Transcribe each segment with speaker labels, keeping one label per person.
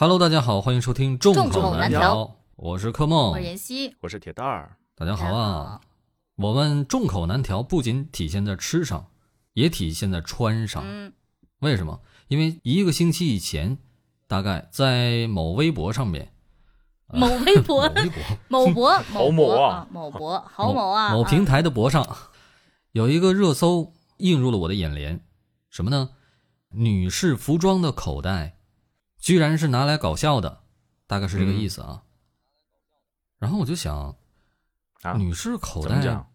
Speaker 1: Hello，大家好，欢迎收听《众
Speaker 2: 众
Speaker 1: 口
Speaker 2: 口
Speaker 1: 难
Speaker 2: 难
Speaker 1: 调》
Speaker 2: 调
Speaker 1: 我是柯梦
Speaker 2: 我，妍希，
Speaker 3: 我是铁蛋儿，
Speaker 1: 大家好
Speaker 2: 大家
Speaker 1: 啊
Speaker 2: 好。
Speaker 1: 我们众口难调不仅体现在吃上，也体现在穿上。
Speaker 2: 嗯，
Speaker 1: 为什么？因为一个星期以前，大概在某微博上面，
Speaker 2: 某微
Speaker 1: 某
Speaker 2: 博、
Speaker 1: 微博、
Speaker 2: 某博、某
Speaker 3: 某某
Speaker 2: 博
Speaker 3: 啊
Speaker 2: 啊，某博、豪某啊，
Speaker 1: 某
Speaker 2: 啊
Speaker 1: 平台的博上，有一个热搜映入了我的眼帘，什么呢？女士服装的口袋，居然是拿来搞笑的，大概是这个
Speaker 3: 嗯
Speaker 1: 意思啊。然后我就想，
Speaker 3: 啊
Speaker 1: 女士口
Speaker 3: 怎么
Speaker 1: 袋
Speaker 3: 讲？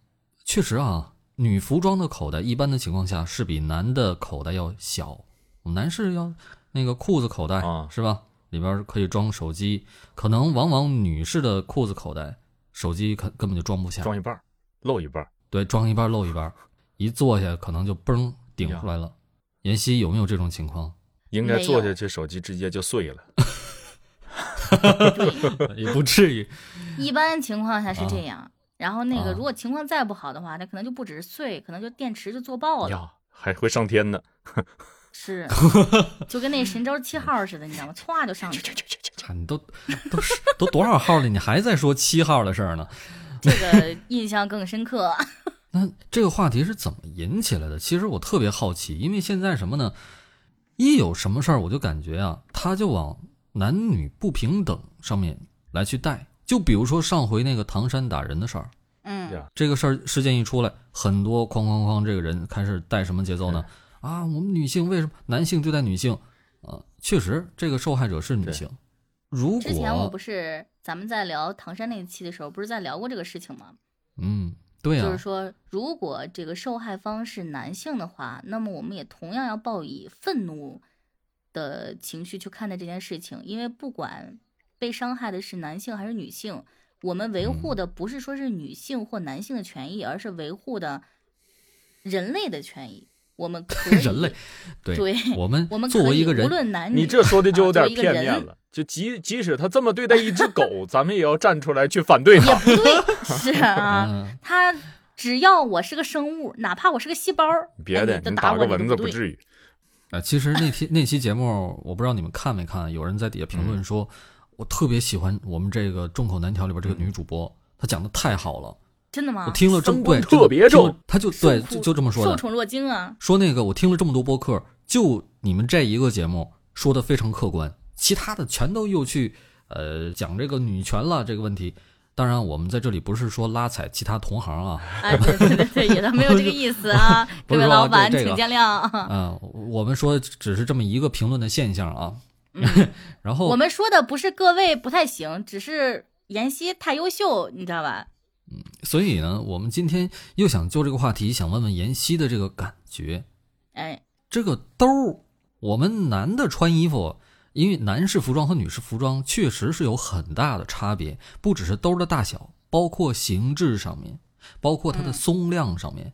Speaker 1: 确实啊，女服装的口袋一般的情况下是比男的口袋要小，男士要那个裤子口袋、
Speaker 3: 啊
Speaker 1: 是吧？里边可以装手机，可能往往女士的裤子口袋手机可根本就装不下，
Speaker 3: 装一半儿，露一半儿，
Speaker 1: 对，装一半露一半，一坐下可能就嘣顶出来了。妍希有没有这种情况？
Speaker 3: 应该
Speaker 2: 没有
Speaker 3: 坐下去，手机直接就碎了。
Speaker 1: 也不至于。
Speaker 2: 一般情况下是这样。然后那
Speaker 1: 啊
Speaker 2: 个，如果情况再不好的话，那可能就不只是碎，可能就电池就做爆了，
Speaker 3: 呀，还会上天呢！
Speaker 2: 是，就跟那神舟七号似的，你知道吗？歘就上去了。
Speaker 1: 啊你都都是都多少号了，你还在说七号的事儿呢？
Speaker 2: 这个印象更深刻。
Speaker 1: 那这个话题是怎么引起来的？其实我特别好奇，因为现在什么呢？一有什么事儿，我就感觉啊，他就往男女不平等上面来去带。就比如说上回那个唐山打人的事儿，
Speaker 2: 嗯，
Speaker 3: 呀，
Speaker 1: 这个事儿事件一出来，很多哐哐哐，这个人开始带什么节奏呢？啊，我们女性为什么男性对待女性？啊，确实，这个受害者是女性。如
Speaker 2: 之前我
Speaker 1: 果
Speaker 2: 不是咱们在聊唐山那一期的时候，不是在聊过这个事情吗？
Speaker 1: 嗯，对呀、
Speaker 2: 就是说，如果这个受害方是男性的话，那么我们也同样要抱以愤怒的情绪去看待这件事情，因为不管被伤害的是男性还是女性，我们维
Speaker 1: 嗯
Speaker 2: 护的不是说是女性或男性的权益，而是维护的人类的权益。我们可以
Speaker 1: 人类，对，
Speaker 2: 对
Speaker 1: 我们
Speaker 2: 我们
Speaker 1: 作
Speaker 2: 可
Speaker 1: 为
Speaker 2: 以
Speaker 1: 一个人
Speaker 2: 无，论男女，
Speaker 3: 你这说的就有
Speaker 2: 啊
Speaker 3: 点
Speaker 2: 作为一个
Speaker 3: 片
Speaker 2: 人
Speaker 3: 面了。就即即使他这么对待一只狗，咱们也要站出来去反对他。
Speaker 2: 对，是啊，
Speaker 1: 嗯、
Speaker 2: 他只要我是个生物，哪怕我是个细胞，
Speaker 3: 别的，
Speaker 2: 哎你
Speaker 3: 你
Speaker 2: 打
Speaker 3: 打
Speaker 2: 我
Speaker 3: 个
Speaker 2: 你
Speaker 3: 蚊
Speaker 2: 都
Speaker 3: 子
Speaker 2: 不
Speaker 3: 不
Speaker 2: 对
Speaker 3: 至于。
Speaker 1: 啊，其实那期那期节目，我不知道你们看没看，有人在底下评论说，我特别喜欢我们这个众口难调里边这个女主播，她讲的太好了，
Speaker 2: 真的吗
Speaker 1: 我？听了这么
Speaker 3: 三观
Speaker 1: 对真的
Speaker 3: 特别
Speaker 1: 听了
Speaker 3: 重
Speaker 1: 她就对
Speaker 2: 受
Speaker 1: 就就这么说
Speaker 2: 受
Speaker 1: 的，
Speaker 2: 宠若惊啊！
Speaker 1: 说那个我听了这么多播客，就你们这一个节目说的非常客观，其他的全都又去呃讲这个女权了这个问题。当然，我们在这里不是说拉踩其他同行啊，
Speaker 2: 哎，对对对对，也倒没有这个意思 啊，
Speaker 1: 不
Speaker 2: 各
Speaker 1: 是
Speaker 2: 位
Speaker 1: 说
Speaker 2: 老板
Speaker 1: 这这个
Speaker 2: 请见谅啊。
Speaker 1: 嗯、我们说只是这么一个评论的现象啊。 然后
Speaker 2: 我们说的不是各位不太行，只是妍希太优秀，你知道吧？
Speaker 1: 所以呢，我们今天又想就这个话题，想问问妍希的这个感觉。
Speaker 2: 哎，
Speaker 1: 这个兜儿，我们男的穿衣服，因为男士服装和女士服装确实是有很大的差别，不只是兜儿的大小，包括形制上面，包括它的
Speaker 2: 嗯
Speaker 1: 松量上面。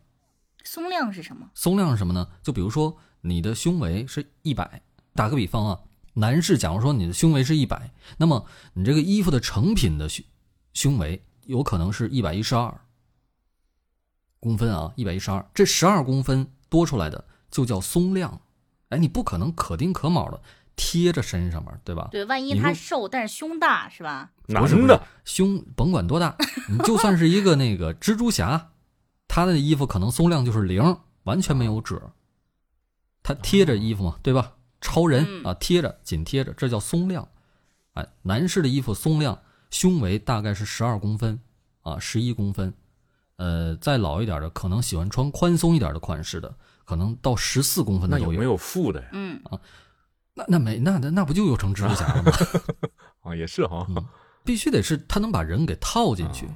Speaker 2: 松亮是什么？
Speaker 1: 松量是什么呢？就比如说你的胸围是一百，打个比方啊，男士假如说你的胸围是一百，那么你这个衣服的成品的胸胸围有可能是一百一十二公分啊，一百一十二，这十二公分多出来的就叫松量。哎，你不可能可丁可卯的贴着身上面，对吧？
Speaker 2: 对，万一
Speaker 1: 你如
Speaker 2: 他瘦但是胸大是吧？
Speaker 1: 不
Speaker 3: 男
Speaker 1: 是不是
Speaker 3: 的，
Speaker 1: 胸甭管多 大，你就算是一个那个蜘蛛侠，他的衣服可能松量就是零，完全没有褶儿。他贴着衣服嘛，对吧？超人
Speaker 2: 嗯
Speaker 1: 啊，贴着紧贴着，这叫松量。哎，男士的衣服松量，胸围大概是十二公分啊，十一公分。呃，再老一点的，可能喜欢穿宽松一点的款式的，可能到十四公分
Speaker 3: 那
Speaker 1: 的
Speaker 3: 有
Speaker 1: 都
Speaker 3: 没
Speaker 1: 有
Speaker 3: 有负的呀？
Speaker 2: 嗯，
Speaker 1: 啊那那没那那那不就又成蜘蛛侠了吗？
Speaker 3: 啊，也是哈。
Speaker 1: 嗯必须得是他能把人给套进去
Speaker 3: 啊。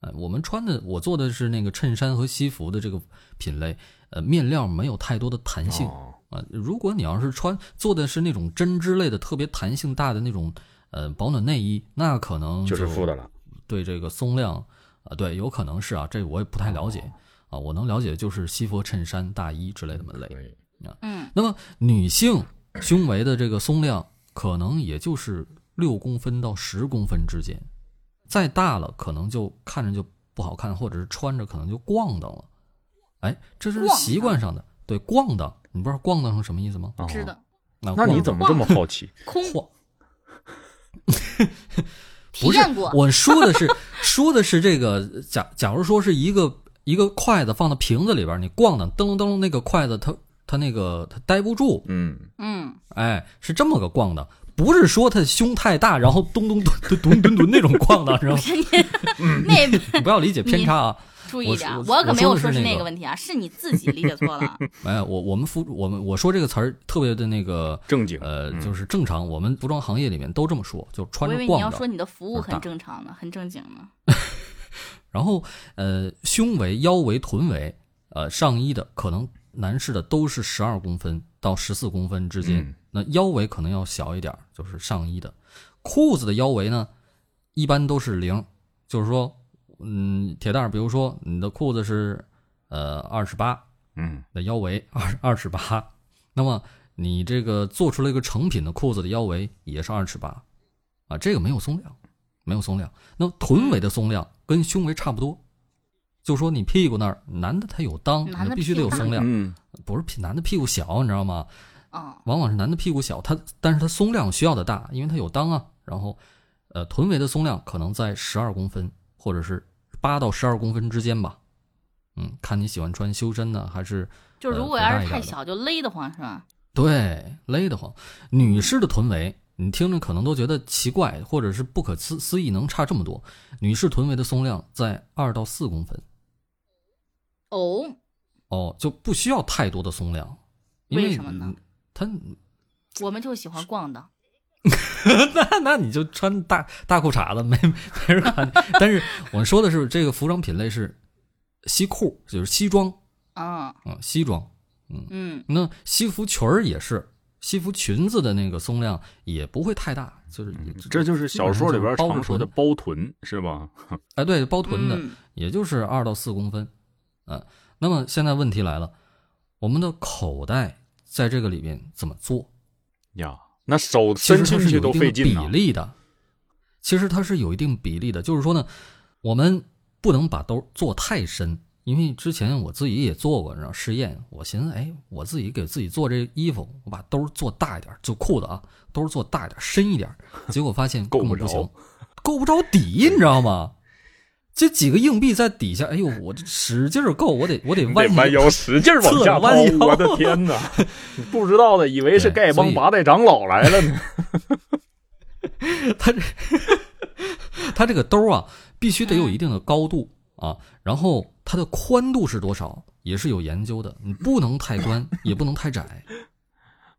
Speaker 1: 哎，我们穿的我做的是那个衬衫和西服的这个品类，呃，面料没有太多的弹性啊、
Speaker 3: 哦
Speaker 1: 如果你要是穿做的是那种针织类的特别弹性大的那种呃保暖内衣，那可能
Speaker 3: 就是负的了。
Speaker 1: 对这个松量啊、对，有可能是啊，这我也不太了
Speaker 3: 哦
Speaker 1: 解啊、我能了解就是西服、衬衫、大衣之类的门类。
Speaker 3: 对
Speaker 2: 嗯，
Speaker 1: 那么女性胸围的这个松量，可能也就是六公分到十公分之间，再大了可能就看着就不好看，或者是穿着可能就逛当了。哎，这是
Speaker 2: 逛当
Speaker 1: 习惯上的，对嗯逛当，你不知道逛当是什么意思吗？
Speaker 3: 哦
Speaker 2: 知道，
Speaker 1: 那
Speaker 3: 那
Speaker 1: 逛
Speaker 3: 你怎么这么好奇？
Speaker 2: 空
Speaker 1: 晃
Speaker 2: 嗯体
Speaker 1: 不是
Speaker 2: 验过，
Speaker 1: 我说的是 说的是这个，假假如说是一个一个筷子放到瓶子里边儿，你逛呢，噔噔噔，那个筷子它它那个它待不住，
Speaker 3: 嗯，
Speaker 2: 嗯，
Speaker 1: 哎，是这么个逛的，不是说它胸太大，然后咚咚咚咚咚咚咚那种逛的， 然后
Speaker 2: 那
Speaker 1: 你不要理解偏差啊。
Speaker 2: 注意点儿
Speaker 1: 我，
Speaker 2: 我可没有
Speaker 1: 我说
Speaker 2: 说
Speaker 1: 的是
Speaker 2: 是
Speaker 1: 那
Speaker 2: 那
Speaker 1: 个
Speaker 2: 个问题啊，是你自己理解错 了。
Speaker 1: 哎，我我们服我们我说这个词儿特别的那个
Speaker 3: 正经，
Speaker 1: 呃，
Speaker 3: 嗯
Speaker 1: 就是正常，我们服装行业里面都这么说，就穿
Speaker 2: 我以
Speaker 1: 着
Speaker 2: 为你
Speaker 1: 逛
Speaker 2: 要
Speaker 1: 着
Speaker 2: 说。你的服务
Speaker 1: 不是大
Speaker 2: 很正常呢，很正经呢。哦
Speaker 1: 然后呃，胸围、腰围、臀围，呃，上衣的可能男士的都是十二公分到十四公分之间，
Speaker 3: 嗯
Speaker 1: 那腰围可能要小一点儿，就是上衣的。裤子的腰围呢，一般都是零，就是说，嗯，铁蛋儿，比如说你的裤子是呃二十八
Speaker 3: 嗯
Speaker 1: 的腰围二二十八，那么你这个做出了一个成品的裤子的腰围也是二十八，啊，这个没有松量，没有松量。那么臀围的松量跟胸围差不多，就说你屁股那儿，男的他有裆，
Speaker 2: 男的
Speaker 1: 你必须得有松量，
Speaker 3: 嗯
Speaker 1: 不是屁男的屁股小，你知道吗？
Speaker 2: 嗯，
Speaker 1: 往往是男的屁股小，他但是他松量需要的大，因为他有裆啊。然后，呃，臀围的松量可能在十二公分，或者是八到十二公分之间吧。嗯，看你喜欢穿修身呢，还是
Speaker 2: 就是如果
Speaker 1: 呃
Speaker 2: 要
Speaker 1: 大一
Speaker 2: 是
Speaker 1: 点的
Speaker 2: 太小就勒得慌是吧？
Speaker 1: 对，勒得慌。女士的臀围，你听着可能都觉得奇怪，或者是不可思思议，能差这么多。女士臀围的松量在二到四公分，
Speaker 2: 哦，
Speaker 1: 哦，就不需要太多的松量，因嗯
Speaker 2: 为什么呢？
Speaker 1: 它
Speaker 2: 我们就喜欢逛的，
Speaker 1: 那那你就穿大大裤衩子，没没人管你。但是我说的是这个服装品类是西裤，就是西装
Speaker 2: 嗯
Speaker 1: 啊、嗯西装。
Speaker 2: 嗯，
Speaker 1: 那西服裙儿也是，西服裙子的那个松量也不会太大，就是
Speaker 3: 嗯这就是小说里边
Speaker 1: 基本上
Speaker 3: 常
Speaker 1: 嗯就是包着
Speaker 3: 说的
Speaker 1: 臀
Speaker 3: 包臀，是吧？
Speaker 1: 哎，对，包臀的，
Speaker 2: 嗯
Speaker 1: 也就是二到四公分，嗯。那么现在问题来了，我们的口袋在这个里面怎么做？
Speaker 3: 呀，那手
Speaker 1: 其实
Speaker 3: 伸
Speaker 1: 它
Speaker 3: 进
Speaker 1: 是
Speaker 3: 去
Speaker 1: 有
Speaker 3: 都
Speaker 1: 一
Speaker 3: 费
Speaker 1: 定的
Speaker 3: 劲
Speaker 1: 比
Speaker 3: 呢。
Speaker 1: 例的，其实它是有一定比例的，就是说呢，我们不能把兜做太深。因为之前我自己也做过，然后试验，我寻思，哎，我自己给自己做这衣服，我把兜做大一点，就裤子啊，兜做大一点，深一点，结果发现
Speaker 3: 够
Speaker 1: 根
Speaker 3: 不
Speaker 1: 本不
Speaker 3: 着
Speaker 1: 行，够不着底，你知道吗？这几个硬币在底下，哎呦，我这使劲儿够，我得我得
Speaker 3: 你
Speaker 1: 弯
Speaker 3: 得弯
Speaker 1: 腰。
Speaker 3: 腰，使劲儿往下
Speaker 1: 侧弯腰
Speaker 3: 掏！我的天哪，你 不知道的以为是
Speaker 1: 对
Speaker 3: 丐
Speaker 1: 所
Speaker 3: 帮
Speaker 1: 以
Speaker 3: 八代长老来 了呢。
Speaker 1: 它这它这个兜啊，必须得有一定的高度啊，然后它的宽度是多少也是有研究的，你不能太宽，也不能太窄。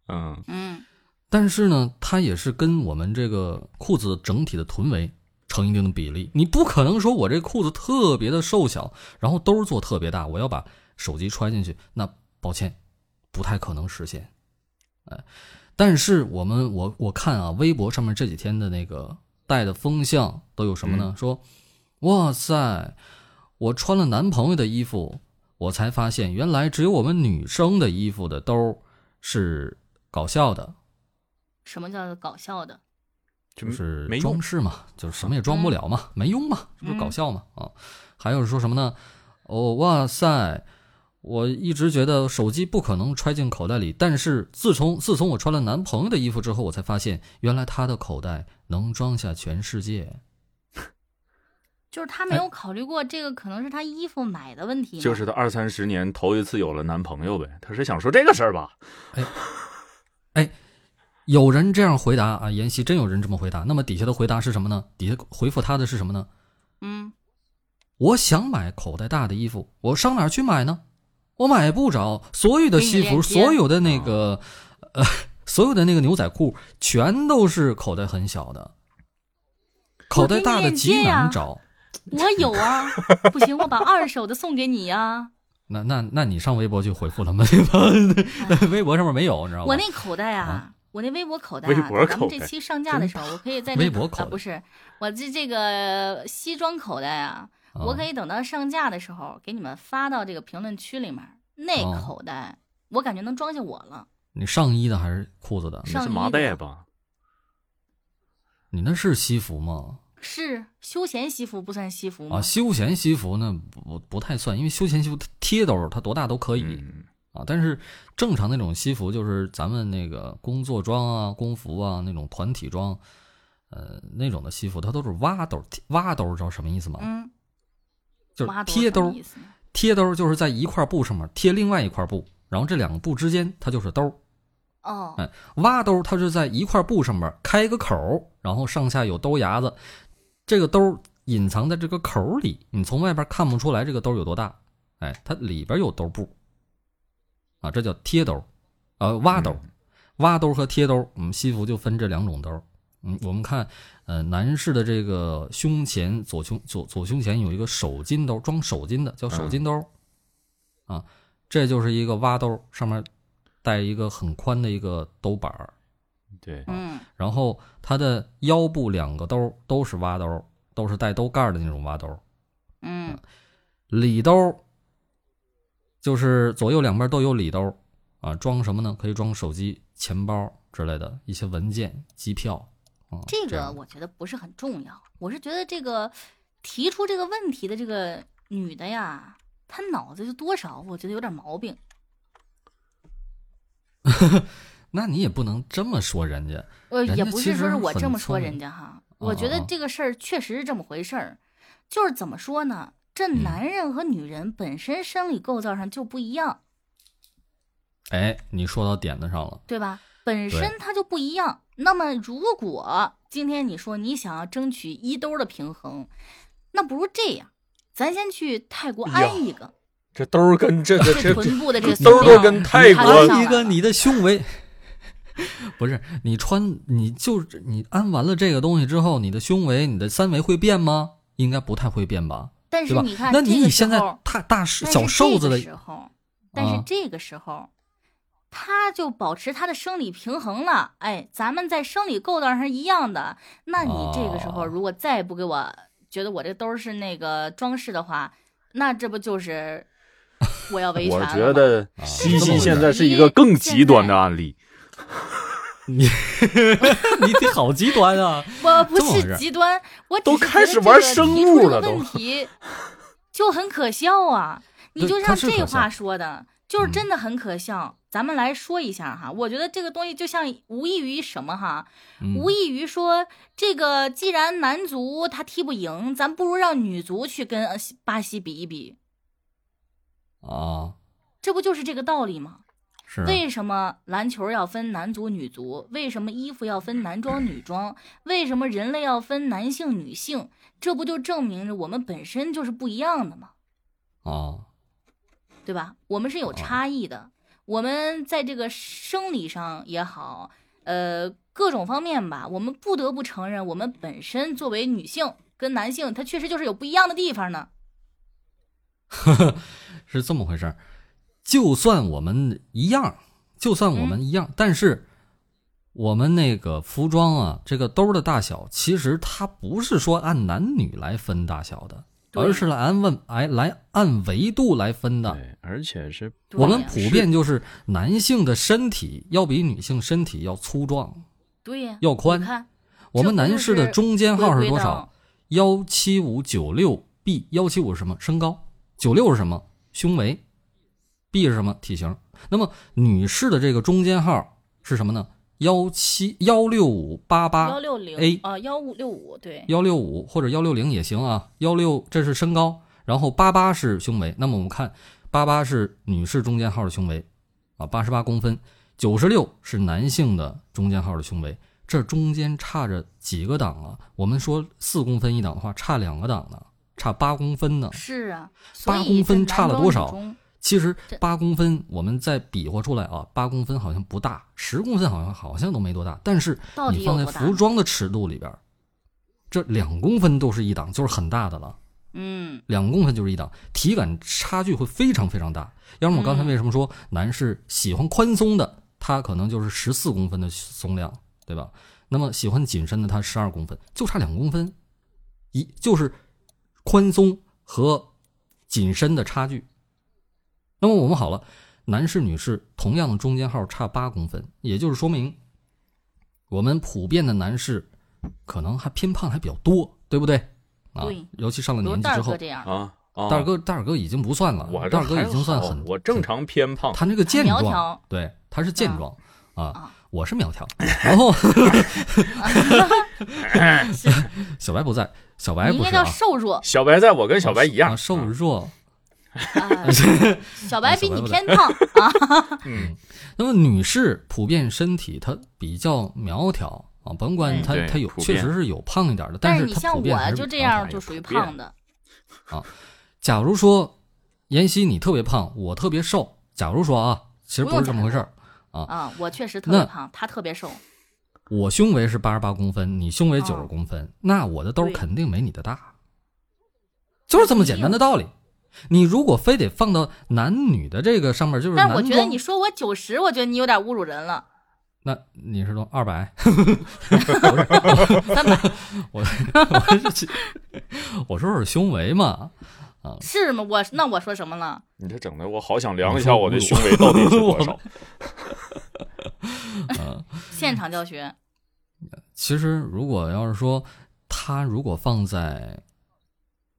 Speaker 3: 嗯
Speaker 2: 嗯
Speaker 1: 但是呢，它也是跟我们这个裤子整体的臀围成一定的比例。你不可能说我这裤子特别的瘦小，然后兜儿做特别大，我要把手机揣进去，那抱歉，不太可能实现。哎，但是我们我我看啊，微博上面这几天的那个带的风向都有什么呢？说，哇塞，我穿了男朋友的衣服，我才发现原来只有我们女生的衣服的兜儿是搞笑的，
Speaker 2: 什么叫做搞笑的？
Speaker 1: 就是
Speaker 3: 嗯没用嗯
Speaker 1: 装饰嘛，就是什么也装不了嘛，没用嘛，这不是搞笑嘛啊？还有说什么呢？哦，哇塞！我一直觉得手机不可能揣进口袋里，但是自从自从我穿了男朋友的衣服之后，我才发现原来他的口袋能装下全世界。
Speaker 2: 就是他没有考虑过这个可能是他衣服买的问题嘛，
Speaker 3: 就是她二三十年头一次有了男朋友呗，她是想说这个事儿吧？
Speaker 1: 有人这样回答啊，妍希真有人这么回答。那么底下的回答是什么呢？底下回复他的是什么呢？
Speaker 2: 嗯，
Speaker 1: 我想买口袋大的衣服，我上哪儿去买呢？我买不着，所有的西服，
Speaker 2: 给你链接
Speaker 1: 所有的那个，呃， 所有的那个牛仔裤，全都是口袋很小的，口袋大的极难找。
Speaker 2: 我有啊，不行，我把二手的送给你呀、
Speaker 1: 那那那你上微博去回复他们， 微博上面没有，你知道吗？
Speaker 2: 我那口袋啊，我那微博口袋、啊，
Speaker 3: 微博口袋
Speaker 2: 咱们这期上架的时候，我可以在那
Speaker 1: 微博口袋
Speaker 2: 啊、不是我这这个西装口袋啊，我可
Speaker 1: 以
Speaker 2: 以等到上架的时候给你们发到这个评论区里面。那
Speaker 1: 哦
Speaker 2: 口袋，我感觉能装下我了。
Speaker 1: 你上衣的还是裤子的？
Speaker 2: 上
Speaker 3: 那是麻袋吧？
Speaker 1: 你那是西服吗？
Speaker 2: 是休闲西服不算西服吗？
Speaker 1: 啊，休闲西服那不不太算，因为休闲西服它贴兜儿它多大都可以。
Speaker 3: 嗯，
Speaker 1: 啊，但是正常那种西服就是咱们那个工作装啊、工服啊那种团体装，呃那种的西服，它都是挖兜儿，贴挖兜儿知道什么意思吗？
Speaker 2: 嗯，
Speaker 1: 就是
Speaker 2: 挖兜
Speaker 1: 贴
Speaker 2: 什么
Speaker 1: 兜，
Speaker 2: 意思呢
Speaker 1: 贴兜就是在一块布上面贴另外一块布，然后这两个布之间它就是兜儿。
Speaker 2: 哦，
Speaker 1: 哎，挖兜它是在一块布上面开个口儿，然后上下有兜牙子，这个兜隐藏在这个口儿里，你从外边看不出来这个兜有多大。哎，它里边有兜布，啊，这叫贴兜，呃，挖兜，挖兜和贴兜，我们西服就分这两种兜。嗯，我们看，呃，男士的这个胸前左胸左左胸前有一个手巾兜，装手巾的叫手巾兜，啊，这就是一个挖兜，上面带一个很宽的一个兜板儿，
Speaker 3: 对，
Speaker 2: 嗯
Speaker 1: 然后它的腰部两个兜都是挖兜，都是带兜盖儿的那种挖兜。
Speaker 2: 嗯
Speaker 1: 里兜就是左右两边都有里兜啊，装什么呢？可以装手机、钱包之类的一些文件、机票啊。
Speaker 2: 这个
Speaker 1: 样
Speaker 2: 我觉得不是很重要，我是觉得这个提出这个问题的这个女的呀，她脑子就多少我觉得有点毛病。
Speaker 1: 那你也不能这么说人家。
Speaker 2: 呃，
Speaker 1: 人
Speaker 2: 也
Speaker 1: 家
Speaker 2: 不
Speaker 1: 其
Speaker 2: 是说
Speaker 1: 实
Speaker 2: 是我
Speaker 1: 很
Speaker 2: 这么
Speaker 1: 聪
Speaker 2: 说
Speaker 1: 明
Speaker 2: 人家哈，我觉得
Speaker 1: 哦哦
Speaker 2: 这个事儿确实是这么回事儿，就是怎么说呢？这
Speaker 1: 嗯
Speaker 2: 男人和女人本身生理构造上就不一样，
Speaker 1: 哎，你说到点子上了。
Speaker 2: 对吧？本身它就不一样。那么，如果今天你说你想要争取一兜儿的平衡，那不如这样，咱先去泰国
Speaker 3: 哎呀
Speaker 2: 安一个，
Speaker 3: 这兜儿跟这
Speaker 2: 这
Speaker 3: 这这这
Speaker 2: 臀部的这
Speaker 3: 这兜儿都
Speaker 2: 塑料
Speaker 3: 跟
Speaker 2: 你
Speaker 3: 泰
Speaker 2: 看
Speaker 3: 国
Speaker 2: 得
Speaker 3: 我
Speaker 2: 上
Speaker 1: 安一个
Speaker 2: 来了
Speaker 1: 你的胸围， 不是你穿，你就是你安完了这个东西之后，你的胸围、你的三围会变吗？应该不太会变吧，
Speaker 2: 但
Speaker 1: 对
Speaker 2: 是
Speaker 1: 吧
Speaker 2: 你？看，
Speaker 1: 那
Speaker 2: 这
Speaker 1: 你
Speaker 2: 个
Speaker 1: 以
Speaker 2: 时
Speaker 1: 现在
Speaker 2: 候
Speaker 1: 大大是
Speaker 2: 但
Speaker 1: 小
Speaker 2: 是
Speaker 1: 瘦
Speaker 2: 这
Speaker 1: 子
Speaker 2: 个
Speaker 1: 的
Speaker 2: 时候，但是
Speaker 1: 啊
Speaker 2: 这个时候，他就保持他的生理平衡了。哎，咱们在生理构造上是一样的。那你这个时候
Speaker 1: 哦
Speaker 2: 如果再不给我觉得我这兜是那个装饰的话，那这不就是我 要维权
Speaker 3: 我
Speaker 2: 了吗？
Speaker 3: 觉得
Speaker 1: 啊
Speaker 3: 西
Speaker 1: 这么
Speaker 3: 西
Speaker 1: 回
Speaker 3: 现
Speaker 1: 事
Speaker 3: 在是一个更极端的案例，
Speaker 1: 你得好极端 啊！
Speaker 2: 我不
Speaker 1: 这么回事
Speaker 2: 是极端，我只
Speaker 3: 都
Speaker 2: 是觉
Speaker 3: 开
Speaker 2: 得
Speaker 3: 始
Speaker 2: 这
Speaker 3: 玩
Speaker 2: 个
Speaker 3: 生
Speaker 2: 提出
Speaker 3: 物
Speaker 2: 这
Speaker 3: 了
Speaker 2: 个
Speaker 3: 都
Speaker 2: 问题就很可笑啊！你
Speaker 1: 对
Speaker 2: 就
Speaker 1: 它
Speaker 2: 像
Speaker 1: 是
Speaker 2: 这
Speaker 1: 可
Speaker 2: 话
Speaker 1: 笑
Speaker 2: 说的，就是
Speaker 1: 嗯
Speaker 2: 真的很可笑。咱们来说一下哈，我觉得这个东西就像无异于什么哈，
Speaker 1: 嗯
Speaker 2: 无异于说这个既然男足他踢不赢，咱不如让女足去跟呃西巴西比一比，
Speaker 1: 啊，
Speaker 2: 这不就是这个道理吗？
Speaker 1: 是啊
Speaker 2: 为什么篮球要分男足、女足？为什么衣服要分男装、女装？为什么人类要分男性、女性？这不就证明着我们本身就是不一样的吗？
Speaker 1: 啊，
Speaker 2: 对吧？我们是
Speaker 1: 哦
Speaker 2: 有差异的，我们在这个生理上也好，呃，各种方面吧，我们不得不承认，我们本身作为女性跟男性，它确实就是有不一样的地方呢。
Speaker 1: 是这么回事儿。就算我们一样，就算我们一样，但是我们那个服装啊，这个兜儿的大小，其实它不是说按男女来分大小的，
Speaker 2: 对
Speaker 1: 而是来按问来来按维度来分的。
Speaker 3: 对，而且是
Speaker 2: 对
Speaker 1: 我们
Speaker 2: 呀
Speaker 1: 普遍就是男性的身体要比女性身体要粗壮，
Speaker 2: 对呀，
Speaker 1: 要
Speaker 2: 你
Speaker 1: 宽。
Speaker 2: 看
Speaker 1: 我们男士的中间号
Speaker 2: 回
Speaker 1: 是
Speaker 2: 归
Speaker 1: 多少
Speaker 2: 到？
Speaker 1: 幺七五九六 B，幺七五是什么？身高。九六是什么？胸围。B 是什么？体型。那么女士的这个中间号是什么呢？幺七幺六五八
Speaker 2: 幺
Speaker 1: 八
Speaker 2: 六零
Speaker 1: A
Speaker 2: 啊，幺五六五对。
Speaker 1: 幺六五或者幺六零也行啊。幺六这是身高，然后八八是胸围。那么我们看，八八是女士中间号的胸围，啊，八十八公分。九十六是男性的中间号的胸围，这中间差着几个档啊？我们说四公分一档的话，差两个档呢，差八公分呢。
Speaker 2: 是啊，所
Speaker 1: 八
Speaker 2: 以
Speaker 1: 公分
Speaker 2: 在
Speaker 1: 差
Speaker 2: 男
Speaker 1: 了
Speaker 2: 装
Speaker 1: 多
Speaker 2: 女
Speaker 1: 少
Speaker 2: 中
Speaker 1: 其实
Speaker 2: 这
Speaker 1: 八公分，我们再比划出来啊，八公分好像不大，十公分好像好像都没多大，但是
Speaker 2: 到底
Speaker 1: 你放
Speaker 2: 有
Speaker 1: 在
Speaker 2: 多大
Speaker 1: 服装的尺度里边儿，这两公分都是一档，就是很大的了。
Speaker 2: 嗯，
Speaker 1: 两公分就是一档，体感差距会非常非常大。要么我刚才为什么说男士喜欢宽松的，他可能就是十四公分的松量，对吧？那么喜欢紧身的，他十二公分，就差两公分，一就是宽松和紧身的差距。那么我们好了，男士女士同样的中间号差八公分，也就是说明我们普遍的男士可能还偏胖还比较多，对不对？啊
Speaker 2: 对，
Speaker 1: 尤其上了
Speaker 2: 有
Speaker 1: 年纪
Speaker 2: 蛋
Speaker 1: 之
Speaker 2: 儿
Speaker 1: 后
Speaker 2: 哥，这样，
Speaker 3: 啊啊，
Speaker 1: 大哥，大哥已经不算了，
Speaker 3: 我这
Speaker 1: 大哥
Speaker 3: 还
Speaker 1: 已经算
Speaker 3: 好
Speaker 1: 很，
Speaker 3: 我正常偏胖，
Speaker 1: 他那个健
Speaker 2: 苗
Speaker 1: 壮
Speaker 2: 条，
Speaker 1: 对，他是健壮啊
Speaker 2: 啊
Speaker 1: 我是苗条。然 后小白不在，小白
Speaker 2: 你应
Speaker 1: 不
Speaker 2: 该
Speaker 1: 是
Speaker 2: 叫
Speaker 1: 啊，
Speaker 2: 瘦弱
Speaker 3: 小白在我跟小白一
Speaker 1: 啊
Speaker 3: 样，嗯
Speaker 1: 瘦弱。
Speaker 2: 啊，小白比你
Speaker 1: 小白不
Speaker 2: 偏胖啊，
Speaker 3: 嗯，
Speaker 1: 那么女士普遍身体她比较苗条啊，甭管
Speaker 2: 嗯
Speaker 1: 她
Speaker 3: 对
Speaker 1: 她有
Speaker 3: 普
Speaker 1: 确
Speaker 3: 遍
Speaker 1: 实是有胖一点的，
Speaker 2: 但
Speaker 1: 是
Speaker 2: 你
Speaker 1: 她
Speaker 2: 像
Speaker 1: 普遍还
Speaker 2: 我
Speaker 1: 是
Speaker 2: 就这
Speaker 1: 比较大
Speaker 2: 样就
Speaker 1: 一点
Speaker 2: 属于
Speaker 3: 普遍
Speaker 2: 胖的，
Speaker 1: 假如说妍希你特别胖，我特别瘦，假如说啊，其实
Speaker 2: 不
Speaker 1: 不是
Speaker 2: 用
Speaker 1: 这
Speaker 2: 假
Speaker 1: 么回事儿，
Speaker 2: 啊，我确实特别
Speaker 1: 那
Speaker 2: 胖，他特别瘦，
Speaker 1: 我胸围是八十八公分，你胸围九十
Speaker 2: 哦
Speaker 1: 公分，那我的兜
Speaker 2: 对
Speaker 1: 肯定没你的大，就是这么简单的道理。你如果非得放到男女的这个上面，就是
Speaker 2: 但
Speaker 1: 男
Speaker 2: 是我觉得
Speaker 1: 装
Speaker 2: 你说我九十，我觉得你有点侮辱人了。
Speaker 1: 那你是多二百？
Speaker 2: 三百
Speaker 1: 我我是我说是胸围嘛，
Speaker 2: 是吗？我那我说什么了？
Speaker 3: 你这整的我好想量一下我的胸围到底是 多少。
Speaker 2: 现场教学，
Speaker 1: 其实如果要是说它如果放在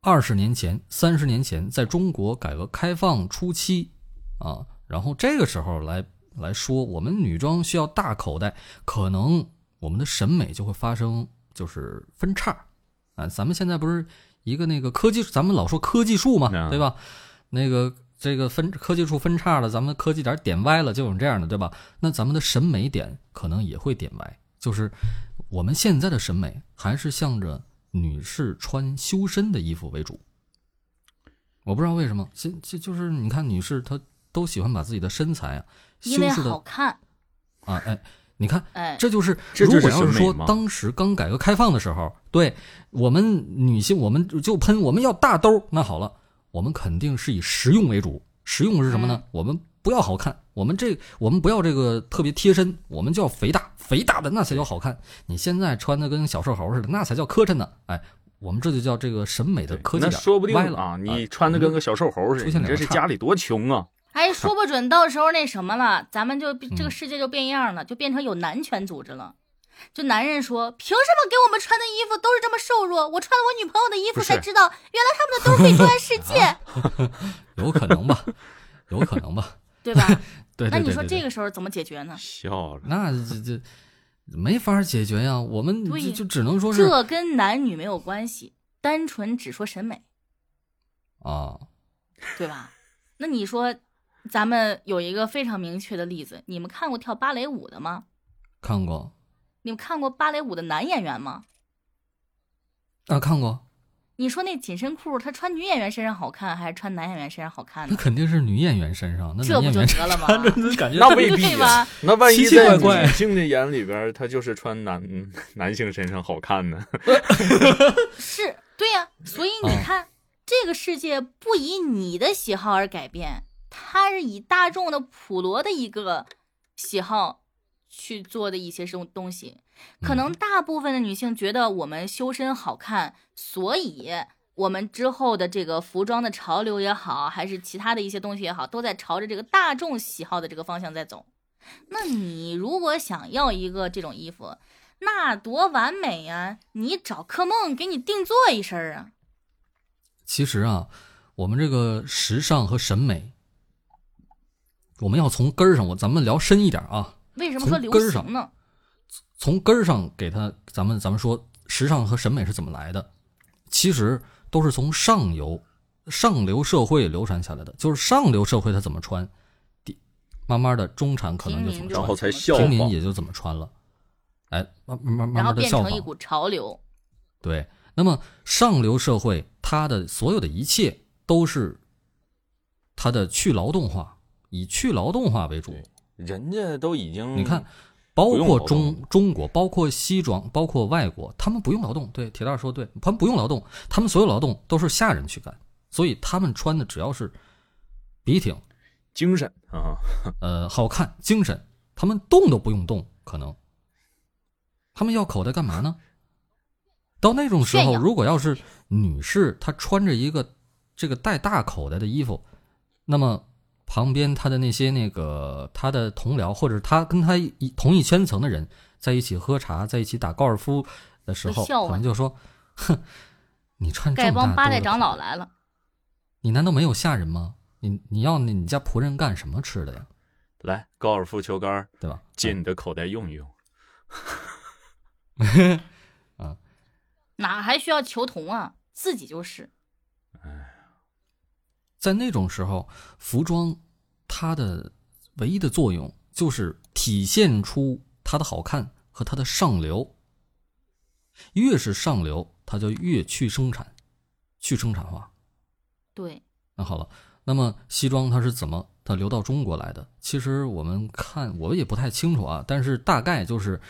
Speaker 1: 二十年前、三十年前，在中国改革开放初期啊，然后这个时候来来说，我们女装需要大口袋，可能我们的审美就会发生就是分叉啊。咱们现在不是一个那个科技，咱们老说科技树嘛，
Speaker 3: 嗯
Speaker 1: 对吧？那个这个分科技树分叉了，咱们科技点点歪了，就有这样的，对吧？那咱们的审美点可能也会点歪，就是我们现在的审美还是向着女士穿修身的衣服为主。我不知道为什么，这这就是你看女士她都喜欢把自己的身材啊修
Speaker 2: 因为
Speaker 1: 饰的
Speaker 2: 好看，
Speaker 1: 啊，哎，你看
Speaker 2: 哎，
Speaker 1: 这就是，
Speaker 3: 这
Speaker 1: 如
Speaker 3: 就
Speaker 1: 果
Speaker 3: 是
Speaker 1: 要是
Speaker 3: 审美
Speaker 1: 说
Speaker 3: 吗
Speaker 1: 当时刚改革开放的时候，对我们女性，我们就喷我们要大兜，那好了，我们肯定是以实用为主。实用是什么呢？我们不要好看，我们这我们不要这个特别贴身，我们就要肥大，肥大的那才叫好看。你现在穿的跟小瘦猴似的，那才叫磕碜呢。哎，我们这就叫这个审美的科技
Speaker 3: 那
Speaker 1: 点
Speaker 3: 说不定
Speaker 1: 歪了
Speaker 3: 啊，
Speaker 1: 哎
Speaker 3: 你穿的
Speaker 1: 我们
Speaker 3: 跟个小瘦猴似
Speaker 1: 出
Speaker 3: 的，
Speaker 1: 现两
Speaker 3: 你这
Speaker 1: 个
Speaker 3: 是
Speaker 1: 叉
Speaker 3: 家里多穷啊！
Speaker 2: 哎，说不准到时候那什么了，咱们就这个世界就变样了，就变成有男权组织了。就男人说，凭什么给我们穿的衣服都是这么瘦弱？我穿了我女朋友的衣服
Speaker 3: 不是
Speaker 2: 才知道，原来他们的兜可以装在世 界，
Speaker 1: 有可能吧，有可能 吧。
Speaker 2: 对吧？
Speaker 1: 对
Speaker 2: 那
Speaker 1: 对对对
Speaker 2: 你说
Speaker 1: 对
Speaker 2: 这个时候怎么解决呢？
Speaker 3: 笑了，
Speaker 1: 那这这没法解决呀，我们
Speaker 2: 对
Speaker 1: 就
Speaker 2: 呀
Speaker 1: 就只能说是
Speaker 2: 这跟男女没有关系，单纯只说审美，
Speaker 1: 啊，
Speaker 2: 对吧？那你说，咱们有一个非常明确的例子，你们看过跳芭蕾舞的吗？
Speaker 1: 看过
Speaker 2: 你们看过芭蕾舞的男演员吗？
Speaker 1: 啊，看过，
Speaker 2: 你说那紧身裤，他穿女演员身上好看，还是穿男演员身上好看
Speaker 1: 那
Speaker 2: 呢？
Speaker 1: 肯定是女演员身上，那
Speaker 2: 这
Speaker 1: 男
Speaker 2: 不
Speaker 1: 演
Speaker 2: 就
Speaker 1: 员
Speaker 2: 得了吗？
Speaker 1: 穿着就感觉
Speaker 3: 那
Speaker 1: 特别
Speaker 3: 未 必啊
Speaker 2: 对吧？
Speaker 3: 那万一
Speaker 1: 奇奇
Speaker 3: 在
Speaker 1: 怪怪
Speaker 3: 女性的眼里边，他就是穿男男性身上好 看呢？
Speaker 2: 是，对呀、所以你
Speaker 1: 嗯
Speaker 2: 看，这个世界不以你的喜好而改变，它是以大众的普罗的一个喜好去做的一些东东西。可能大部分的女性觉得我们修身好看，所以我们之后的这个服装的潮流也好，还是其他的一些东西也好，都在朝着这个大众喜好的这个方向在走。那你如果想要一个这种衣服，那多完美呀、你找柯梦给你定做一身儿啊，
Speaker 1: 其实啊，我们这个时尚和审美，我们要从根儿上，我咱们聊深一点啊，
Speaker 2: 为什么说
Speaker 1: 从
Speaker 2: 流
Speaker 1: 根儿上
Speaker 2: 行呢？
Speaker 1: 从根儿上给它，咱们咱们说时尚和审美是怎么来的，其实都是从上游、上流社会流传下来的，就是上流社会它怎么穿，第慢慢的中产可能就怎么
Speaker 2: 平民
Speaker 1: 穿
Speaker 3: 然后，才
Speaker 2: 效
Speaker 3: 效
Speaker 1: 平民
Speaker 3: 仿。
Speaker 1: 也就怎么穿了，哎，慢慢慢
Speaker 2: 然后
Speaker 1: 慢的
Speaker 2: 变
Speaker 1: 效
Speaker 2: 成
Speaker 1: 仿
Speaker 2: 一。股潮流，
Speaker 1: 对，那么上流社会，它的所有的一切都是它的去劳动化，以去劳动化为主。
Speaker 3: 人家都已经
Speaker 1: 你看，包
Speaker 3: 不用
Speaker 1: 括
Speaker 3: 劳
Speaker 1: 中
Speaker 3: 动
Speaker 1: 中国，包括西装，包括外国，他们不用劳动。对，铁蛋儿说对，他们不用劳动，他们所有劳动都是下人去干，所以他们穿的只要是笔挺，
Speaker 3: 精神啊，
Speaker 1: 呃，好看、精神，他们动都不用动，可能他们要口袋干嘛呢？到那种时
Speaker 2: 炫
Speaker 1: 候，
Speaker 2: 耀
Speaker 1: 如果要是女士她穿着一个这个带大口袋的衣服，那么旁边她的那些那个她的同僚，或者她跟她一同一圈层的人在一起喝茶，在一起打高尔夫的时候，
Speaker 2: 会笑
Speaker 1: 可能
Speaker 2: 话
Speaker 1: 就说：“哼，你穿这
Speaker 2: 丐
Speaker 1: 么大
Speaker 2: 帮八
Speaker 1: 兜
Speaker 2: 代
Speaker 1: 的
Speaker 2: 长
Speaker 1: 口
Speaker 2: 老来了，
Speaker 1: 你难道没有下人吗？你你要你你家仆人干什么吃的呀？
Speaker 3: 来，高尔夫球杆儿
Speaker 1: 对吧？
Speaker 3: 借你的口袋用一
Speaker 1: 哎
Speaker 3: 用。
Speaker 2: 哪还需要求同啊？自己就是。
Speaker 1: 在那种时候，服装它的唯一的作用就是体现出它的好看和它的上流。越是上流，它就越去生产，去生产化。
Speaker 2: 对，
Speaker 1: 那好了，那么西装它是怎么它流到中国来的？其实我们看我也不太清楚啊，但是大概就是，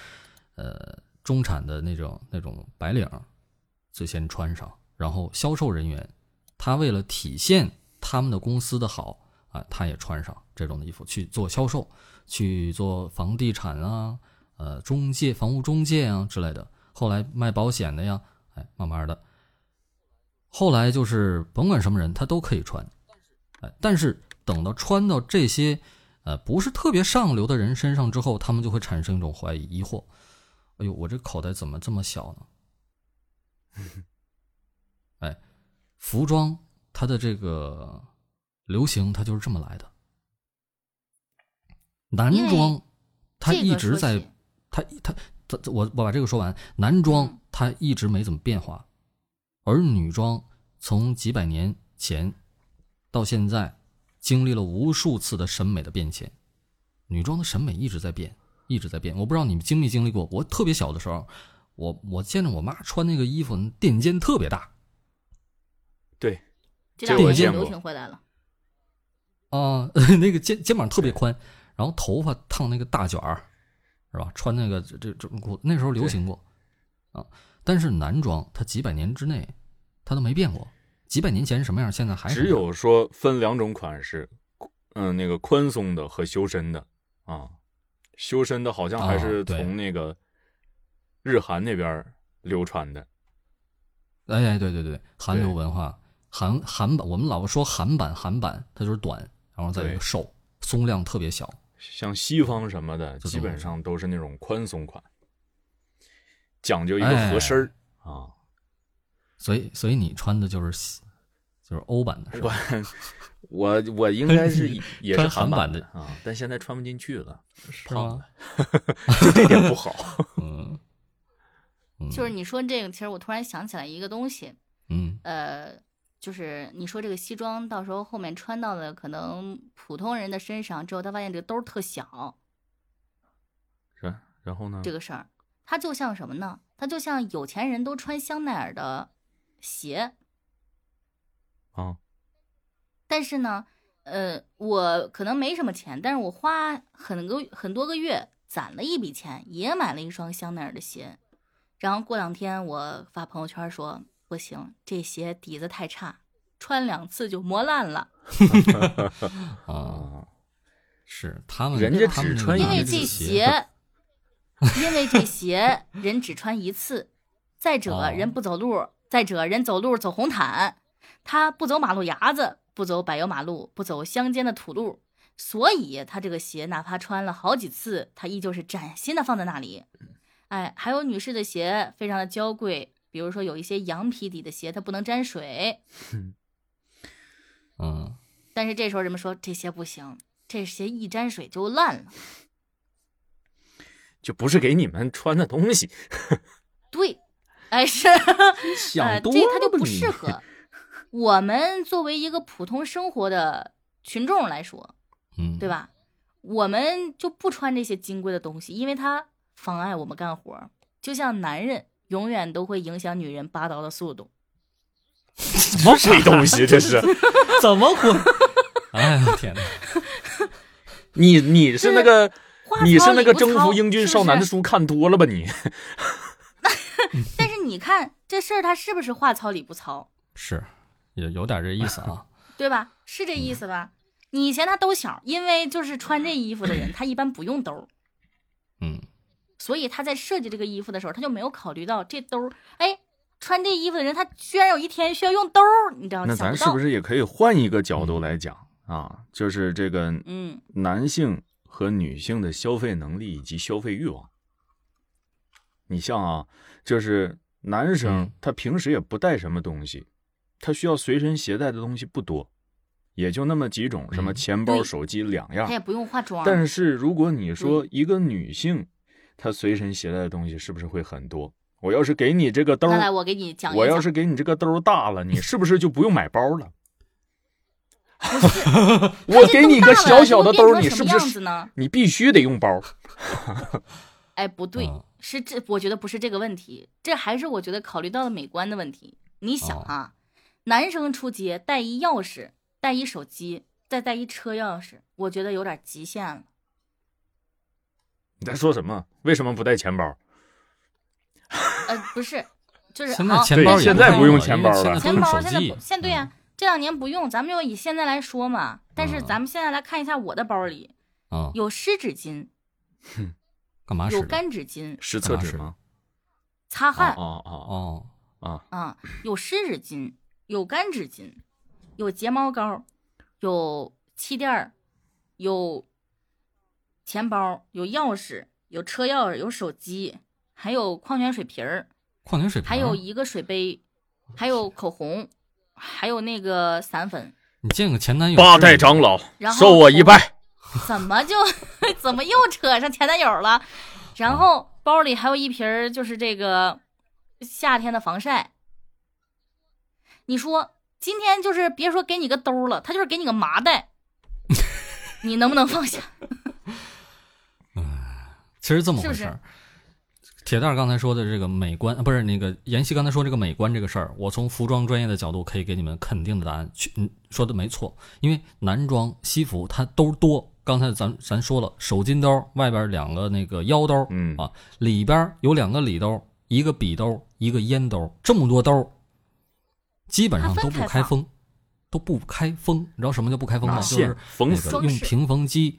Speaker 1: 呃，中产的那种那种白领儿最先穿上，然后销售人员他为了体现他们的公司的好啊，他也穿上这种的衣服去做销售，去做房地产啊，呃，中介、房屋中介啊之类的。后来卖保险的呀，哎，慢慢的，后来就是甭管什么人，他都可以穿，哎，但是等到穿到这些呃不是特别上流的人身上之后，他们就会产生一种怀疑、疑惑：哎呦，我这口袋怎么这么小呢？ 哎，服装它的这个流行，它就是这么来的。男
Speaker 2: 因为
Speaker 1: 装，它
Speaker 2: 这个
Speaker 1: 一直
Speaker 2: 说
Speaker 1: 在
Speaker 2: 起
Speaker 1: 它它它它我我把这个说完，男装
Speaker 2: 嗯
Speaker 1: 它一直没怎么变化，而女装从几百年前到现在，经历了无数次的审美的变迁，女装的审美一直在变，一直在变。我不知道你们经没经历过，我特别小的时候，我我见着我妈穿那个衣服垫肩特别大
Speaker 3: 对，
Speaker 2: 这
Speaker 3: 这
Speaker 2: 两
Speaker 1: 我
Speaker 2: 年
Speaker 1: 见
Speaker 2: 又
Speaker 3: 过
Speaker 2: 流行回来了。
Speaker 1: 啊、 那个肩肩膀特别宽，然后头发烫那个大卷儿，是吧？穿那个这这这裤，那时候流行过啊。但是男装它几百年之内它都没变过，几百年前什么样，现在还是
Speaker 3: 只
Speaker 1: 什么样
Speaker 3: 有说分两种款式，嗯，那个宽松的和修身的啊，修身的好像还
Speaker 1: 啊
Speaker 3: 是
Speaker 1: 对
Speaker 3: 从那个日韩那边儿流传的。
Speaker 1: 哎哎，对对对，韩流
Speaker 3: 对
Speaker 1: 文化，韩韩版，我们老说韩版，韩版它就是短，然后再有一个
Speaker 3: 对
Speaker 1: 瘦，松量特别小。
Speaker 3: 像西方什么的，
Speaker 1: 这
Speaker 3: 基
Speaker 1: 种
Speaker 3: 本上都是那种宽松款，讲究一
Speaker 1: 哎
Speaker 3: 个合身儿啊。
Speaker 1: 所以，所以你穿的就是西就是欧版的是
Speaker 3: 我
Speaker 1: 吧？
Speaker 3: 我我应该 是也是
Speaker 1: 穿韩版
Speaker 3: 版
Speaker 1: 的
Speaker 3: 啊，但现在穿不进去了，
Speaker 1: 是
Speaker 3: 胖
Speaker 1: 吗
Speaker 3: 了？， 就这点不好。
Speaker 1: 嗯，嗯
Speaker 2: 就是你说这个，其实我突然想起来一个东西，
Speaker 1: 嗯
Speaker 2: 呃，就是你说这个西装，到时候后面穿到了可能普通人的身上之后，他发现这个兜儿特小，
Speaker 3: 然然后呢？
Speaker 2: 这个事儿，它就像什么呢？它就像有钱人都穿香奈儿的鞋，
Speaker 3: 啊，
Speaker 2: 但是呢，呃，我可能没什么钱，但是我花很个很多个月攒了一笔钱，也买了一双香奈儿的鞋。然后过两天我发朋友圈说，不行，这鞋底子太差，穿两次就磨烂了。
Speaker 1: 啊，
Speaker 3: 啊
Speaker 1: 是他们
Speaker 3: 人家
Speaker 1: 他们
Speaker 3: 只
Speaker 1: 那个
Speaker 3: 穿
Speaker 1: 拿
Speaker 2: 因
Speaker 1: 那个
Speaker 2: 为这
Speaker 1: 鞋
Speaker 2: 鞋，因为这鞋人只穿一次。再者，
Speaker 1: 哦
Speaker 2: 人不走路；再者，人走路走红毯，他不走马路牙子，不走柏油马路，不走乡间的土路。所以，他这个鞋哪怕穿了好几次，他依旧是崭新的放在那里。哎，还有女士的鞋非常的娇贵，比如说有一些羊皮底的鞋，它不能沾水。
Speaker 1: 嗯，
Speaker 2: 但是这时候人们说这鞋不行，这鞋一沾水就烂了。
Speaker 3: 就不是给你们穿的东西，
Speaker 2: 对，哎是。
Speaker 3: 想多
Speaker 2: 呃、
Speaker 3: 了
Speaker 2: 这它就不
Speaker 3: 吧你
Speaker 2: 适合我们作为一个普通生活的群众来说，
Speaker 1: 嗯，
Speaker 2: 对？吧？我们就不穿这些金贵的东西，因为它妨碍我们干活儿。就像男人永远都会影响女人拔刀的速度，
Speaker 3: 什么鬼东 西？这是
Speaker 1: 怎么混？哎呦天哪！
Speaker 3: 你你是那个
Speaker 2: 花
Speaker 3: 你
Speaker 2: 糙
Speaker 3: 是那
Speaker 2: 理
Speaker 3: 个
Speaker 2: 不
Speaker 3: 征
Speaker 2: 糙
Speaker 3: 服英俊
Speaker 2: 是不
Speaker 3: 少男的
Speaker 2: 是啊
Speaker 3: 书看多了吧你？
Speaker 2: 但是你看这事儿，它是不是话糙理不糙，
Speaker 1: 是，也有点这意思啊。
Speaker 2: 对吧？是这意思吧？你以前他兜小，因为就是穿这衣服的人，他一般不用兜儿。
Speaker 1: 嗯，
Speaker 2: 所以他在设计这个衣服的时候，他就没有考虑到这兜儿，哎，穿这衣服的人，他居然有一天需要用兜儿，你知道？
Speaker 3: 那
Speaker 2: 想
Speaker 3: 咱
Speaker 2: 不
Speaker 3: 是
Speaker 2: 到
Speaker 3: 不？是也可以换一个角度来讲啊？就是这个
Speaker 2: 嗯，
Speaker 3: 男性和女性的消费能力以及消费欲望。你像啊，就是男生
Speaker 1: 嗯
Speaker 3: 他平时也不带什么东西，他需要随身携带的东西不多，也就那么几种，什么
Speaker 1: 嗯
Speaker 3: 钱包、
Speaker 2: 对
Speaker 3: 手机两样
Speaker 2: 他也。不用化妆。
Speaker 3: 啊但是如果你说一个女性，她随身携带的东西是不是会很多？我要是给你这个兜
Speaker 2: 那
Speaker 3: 儿，
Speaker 2: 来，我给你讲一讲。
Speaker 3: 我要是给你这个兜儿大了，你是不是就不用买 包了？ 我给你一个小小的兜儿，
Speaker 2: 它
Speaker 3: 你
Speaker 2: 这都大了它会变成什
Speaker 3: 是不
Speaker 2: 么样子
Speaker 3: 是
Speaker 2: 呢？
Speaker 3: 你必须得用包？
Speaker 2: 哎，不对，
Speaker 3: 啊
Speaker 1: 嗯
Speaker 2: 是这，我觉得不是这个问题，这还是我觉得考虑到了美观的问题。你想
Speaker 1: 哦
Speaker 2: 啊，男生出街带一钥匙，带一手机，再带一车钥匙，我觉得有点极限了。
Speaker 3: 你在说什么？为什么不带钱包？
Speaker 2: 呃，不是，就是啊
Speaker 1: 现在
Speaker 2: 好
Speaker 1: 钱包
Speaker 3: 对
Speaker 1: 也
Speaker 3: 现在不
Speaker 1: 用
Speaker 3: 用
Speaker 1: 了
Speaker 3: 钱
Speaker 1: 因为
Speaker 3: 包了
Speaker 1: 现在
Speaker 2: 钱
Speaker 1: 都
Speaker 2: 包
Speaker 1: 用
Speaker 2: 现
Speaker 1: 手
Speaker 2: 在
Speaker 1: 机
Speaker 2: 不，。现对呀、这两年不用，咱们就以现在来说嘛。但是
Speaker 1: 嗯
Speaker 2: 咱们现在来看一下我的包里，
Speaker 1: 嗯，嗯，
Speaker 2: 有湿纸巾，
Speaker 1: 干嘛使
Speaker 2: 有
Speaker 1: 啊的？
Speaker 2: 干纸巾，
Speaker 3: 实
Speaker 1: 干
Speaker 3: 测
Speaker 1: 嘛
Speaker 3: 纸
Speaker 1: 是
Speaker 3: 吗？
Speaker 2: 擦汗
Speaker 3: 哦哦
Speaker 1: 哦，
Speaker 3: 哦啊！
Speaker 2: 啊，有湿纸巾，有干纸巾，有睫毛膏，有气垫儿，有钱包，有钥匙，有车钥匙，有手机，还有矿泉水瓶儿，
Speaker 1: 矿泉水瓶儿，啊
Speaker 2: 还有一个水杯，还有口红，还有那个散粉。
Speaker 1: 你见个前男友
Speaker 3: 八
Speaker 1: 是
Speaker 3: 代长老
Speaker 2: 然后
Speaker 3: 收我一拜。
Speaker 2: 怎么就 怎么又扯上前男友了？然后包里还有一瓶儿，就是这个夏天的防晒。你说今天就是别说给你个兜儿了，他就是给你个 麻袋，你能不能放下？
Speaker 1: 其实这么
Speaker 2: 是
Speaker 1: 回
Speaker 2: 不
Speaker 1: 事
Speaker 2: 是
Speaker 1: 儿。铁蛋儿刚才说的这个美观，啊不是那个妍希刚才说这个美观这个事儿，我从服装专业的角度可以给你们肯定的答案，去嗯说的没错，因为男装西服它兜儿多，刚才咱咱说了，手巾兜儿外边两个那个腰兜儿，
Speaker 3: 嗯
Speaker 1: 啊，里边儿有两个里兜儿，一个笔兜儿，一个烟兜儿，这么多兜儿，基本上
Speaker 2: 它
Speaker 1: 都不
Speaker 2: 分开
Speaker 1: 开
Speaker 2: 放
Speaker 1: 封，都不开封，你知道什么叫不开封吗？
Speaker 2: 拿
Speaker 1: 啊就是
Speaker 3: 缝
Speaker 1: 那
Speaker 3: 死
Speaker 1: 个
Speaker 2: 装
Speaker 1: 用
Speaker 2: 饰
Speaker 1: 平缝机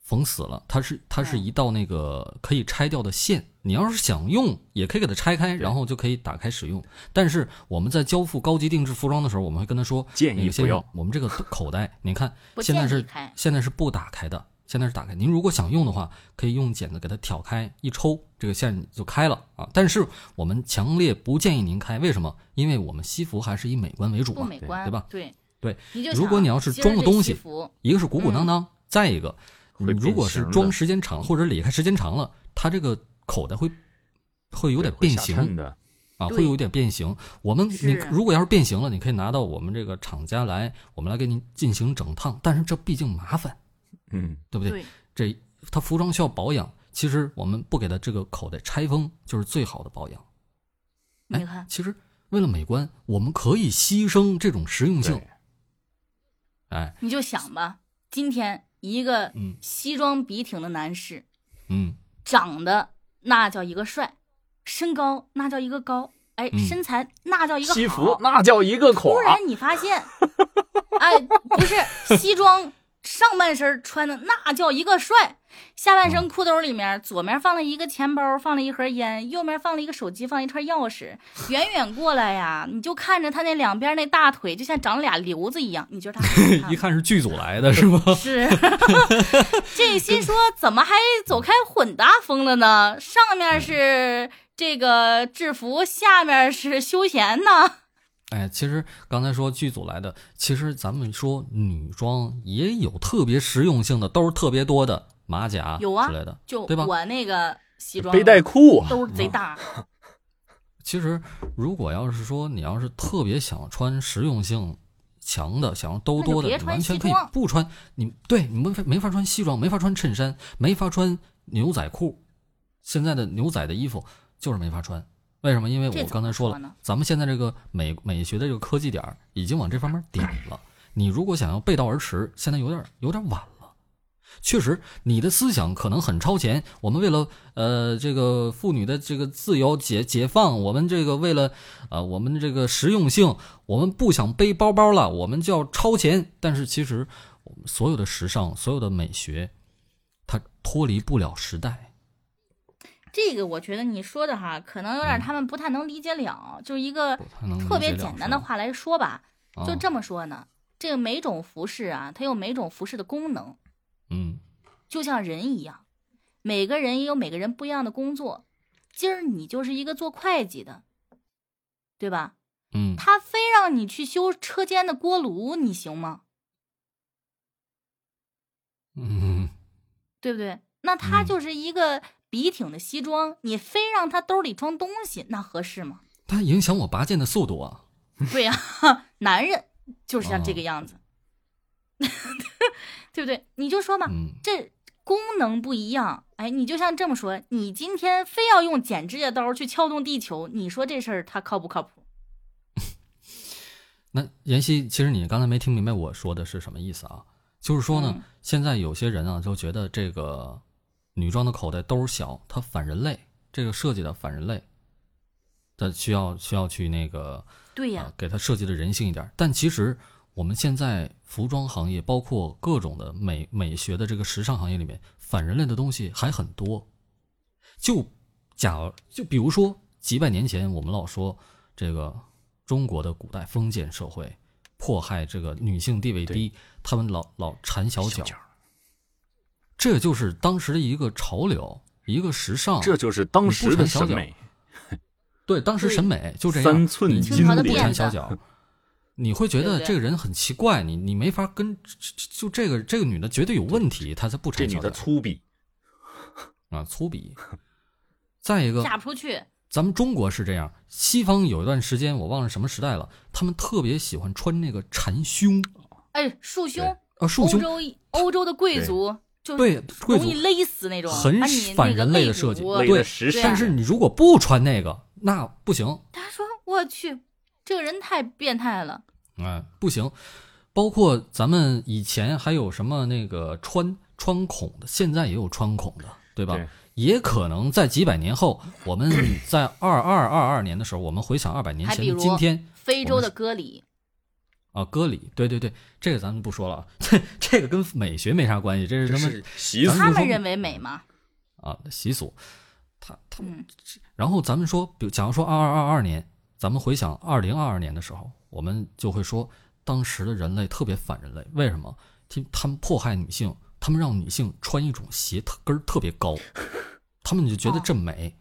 Speaker 1: 缝死了，它是它是
Speaker 2: 嗯
Speaker 1: 一道那个可以拆掉的线。你要是想用，也可以给它拆开，
Speaker 3: 对
Speaker 1: 然后就可以打开使用。但是我们在交付高级定制服装的时候，我们会跟他说，
Speaker 3: 建
Speaker 1: 那
Speaker 3: 议
Speaker 1: 个先
Speaker 3: 不
Speaker 1: 生
Speaker 3: 要，，
Speaker 1: 我们这个口 袋，你看
Speaker 2: 不
Speaker 1: 现在
Speaker 2: 建议
Speaker 1: 是
Speaker 2: 开。
Speaker 1: 现在是不打开的，现在是打开。您如果想用的话，可以用剪子给它挑开，一抽这个线就开了啊。但是我们强烈不建议您开，为什么？因为我们西服还是以美观为主
Speaker 2: 不
Speaker 1: 嘛。
Speaker 2: 美
Speaker 3: 对
Speaker 2: 观，
Speaker 1: 对吧
Speaker 2: 对
Speaker 1: 对
Speaker 2: 你就
Speaker 1: 如果
Speaker 2: 想
Speaker 1: 你要是
Speaker 2: 今儿
Speaker 1: 装了
Speaker 2: 这
Speaker 1: 东西
Speaker 2: 西服
Speaker 1: 一个是鼓鼓囊囊，再一个，
Speaker 3: 会
Speaker 1: 你如
Speaker 3: 变
Speaker 1: 果是
Speaker 3: 形的
Speaker 1: 装时间长或者离开时间长了，它这个口袋会会有点
Speaker 3: 会
Speaker 1: 变
Speaker 3: 下衬
Speaker 1: 形
Speaker 3: 的。
Speaker 1: 啊，
Speaker 2: 对
Speaker 1: 会有点变形。我们
Speaker 2: 是
Speaker 1: 你如果要是变形了，你可以拿到我们这个厂家来，我们来给您进行整烫，但是这毕竟麻烦，
Speaker 3: 嗯，
Speaker 1: 对不对？
Speaker 2: 对
Speaker 1: 这它服装需要保养，其实我们不给它这个口袋拆封就是最好的保养。
Speaker 2: 你看
Speaker 1: 其实为了美观，我们可以牺牲这种实用性
Speaker 3: 对。
Speaker 1: 哎，
Speaker 2: 你就想吧，今天一个
Speaker 1: 嗯
Speaker 2: 西装笔挺的男士，
Speaker 1: 嗯，
Speaker 2: 长得那叫一个帅，身高那叫一个高，哎，
Speaker 1: 嗯
Speaker 2: 身材那叫一个好。
Speaker 3: 西服那叫一个垮
Speaker 2: 突，然你发 现，哎，不是西装上半身穿的那叫一个帅，下半
Speaker 3: 嗯
Speaker 2: 身裤兜里面左面放了一个钱包，放了一盒烟，右面放了一个手机，放了一串钥匙。远远过来呀，你就看着他那两边那大腿，就像长了俩瘤子一样。你觉得他 好看吗
Speaker 1: 一看是剧组来的是吗？
Speaker 2: 是， 这心说怎么还走开混搭风了呢？上面是这个制服，下面是休闲呢。
Speaker 1: 哎，其实刚才说剧组来的，其实咱们说女装也有特别实用性的，兜儿特别多的马甲
Speaker 2: 有啊
Speaker 1: 之类的。
Speaker 2: 就
Speaker 1: 对吧
Speaker 2: 我那个西装
Speaker 3: 背带裤啊，
Speaker 2: 兜儿贼大，
Speaker 1: 其实如果要是说你要是特别想穿实用性强的，想要兜多的，
Speaker 2: 那就别
Speaker 1: 你完
Speaker 2: 穿
Speaker 1: 全
Speaker 2: 西
Speaker 1: 可以
Speaker 2: 装
Speaker 1: 不穿。你对你没法没法穿西装，没法穿衬衫，没法穿牛仔裤。现在的牛仔的衣服就是没法穿，为什么？因为
Speaker 2: 这
Speaker 1: 我
Speaker 2: 怎
Speaker 1: 刚才
Speaker 2: 么
Speaker 1: 说
Speaker 2: 说
Speaker 1: 了
Speaker 2: 呢，
Speaker 1: 咱们现在这个美美学的这个科技点儿已经往这方面点了。你如果想要背道而驰，现在有点有点晚了。确实，你的思想可能很超前。我们为了呃这个妇女的这个自由解解放，我们这个为了呃我们这个实用性，我们不想背包包了，我们就要超前。但是其实，我们所有的时尚，所有的美学，它脱离不了时代。
Speaker 2: 这个我觉得你说的哈，可能有点他们不太能理解了。就是一个
Speaker 1: 太能理
Speaker 2: 特别
Speaker 1: 解了
Speaker 2: 简
Speaker 1: 是
Speaker 2: 单的
Speaker 1: 吧
Speaker 2: 话来说吧，就
Speaker 1: 啊
Speaker 2: 这么说呢，这个每种服饰啊，它有每种服饰的功能。
Speaker 1: 嗯
Speaker 2: 就像人一样，每个人也有每个人不一样的工作。今儿你就是一个做会计的，对吧？
Speaker 1: 嗯
Speaker 2: 他非让你去修车间的锅炉，你行吗？
Speaker 1: 嗯，
Speaker 2: 对不对？那它
Speaker 1: 嗯
Speaker 2: 就是一个笔挺的西装，你非让它兜里装东西，那合适吗？
Speaker 1: 它影响我拔剑的速度啊。
Speaker 2: 对呀、 男人就是像这个样子， 对不对？你就说嘛，
Speaker 1: 嗯
Speaker 2: 这功能不一样。哎，你就像这么说，你今天非要用剪指甲刀去撬动地球，你说这事儿它靠不靠谱？
Speaker 1: 那妍希，其实你刚才没听明白我说的是什么意思啊？就是说呢，
Speaker 2: 嗯
Speaker 1: 现在有些人啊就觉得这个女装的口袋兜儿小，它反人类，这个设计的反人类，它需要需要去那个
Speaker 2: 对呀、
Speaker 1: 啊，给它设计的人性一点儿。但其实我们现在服装行业，包括各种的美美学的这个时尚行业里面，反人类的东西还很多。就假就比如说几百年前，我们老说这个中国的古代封建社会迫害这个女性地位低，他们老老缠小脚
Speaker 3: 小脚，
Speaker 1: 这就是当时的一个潮流，一个时尚。
Speaker 3: 这就是当时的审
Speaker 1: 你
Speaker 3: 美。
Speaker 1: 对当时
Speaker 2: 对
Speaker 1: 审美就这样，
Speaker 3: 三寸
Speaker 1: 你经
Speaker 3: 金
Speaker 2: 清朝的
Speaker 1: 不
Speaker 2: 辫
Speaker 1: 缠
Speaker 2: 子
Speaker 1: 小脚，你会觉
Speaker 2: 对
Speaker 1: 得
Speaker 2: 不对
Speaker 1: 这个人很奇怪，你你没法跟这这就这个这个女的绝对有问题，她才不
Speaker 3: 这
Speaker 1: 缠
Speaker 3: 女
Speaker 1: 小
Speaker 3: 的
Speaker 1: 脚
Speaker 3: 粗鄙，
Speaker 1: 啊，粗鄙。再一个，
Speaker 2: 嫁不出去，
Speaker 1: 咱们中国是这样，西方有一段时间我忘了什么时代了，他们特别喜欢穿那个缠胸
Speaker 2: 哎，束胸，
Speaker 1: 啊，束
Speaker 2: 欧
Speaker 1: 胸，
Speaker 2: 洲欧洲的贵族就是
Speaker 1: 对，贵
Speaker 2: 容易
Speaker 1: 族
Speaker 2: 勒死那种，
Speaker 1: 很
Speaker 2: 把你
Speaker 1: 反
Speaker 2: 那个
Speaker 1: 人类
Speaker 2: 肋
Speaker 1: 的设计
Speaker 2: 骨
Speaker 1: 对
Speaker 3: 勒得实实
Speaker 2: 对
Speaker 1: 但是你如果不穿那个，那不行，
Speaker 2: 他说：“我去，这个人太变态了。
Speaker 1: 哎，不行。包括咱们以前还有什么那个穿穿孔的，现在也有穿孔的，对吧？
Speaker 3: 对
Speaker 1: 也可能在几百年后，我们在二二二二年的时候，我们回想二百年
Speaker 2: 还
Speaker 1: 前
Speaker 2: 比
Speaker 1: 的
Speaker 2: 如
Speaker 1: 今天”
Speaker 2: 非洲的割礼，
Speaker 1: 啊，歌里，对对对，这个咱们不说了啊， 这这个跟美学没啥关系，这是咱们
Speaker 3: 习
Speaker 1: 咱
Speaker 3: 俗
Speaker 1: 们
Speaker 2: 他
Speaker 1: 说
Speaker 2: 们认为美吗？
Speaker 1: 啊习俗。他他
Speaker 2: 嗯，
Speaker 1: 然后咱们说，比如假如说二二二二年，咱们回想二零二二年的时候，我们就会说，当时的人类特别反人类，为什么？他他们迫害女性，他们让女性穿一种鞋特跟儿特别 高，他们就觉得这美，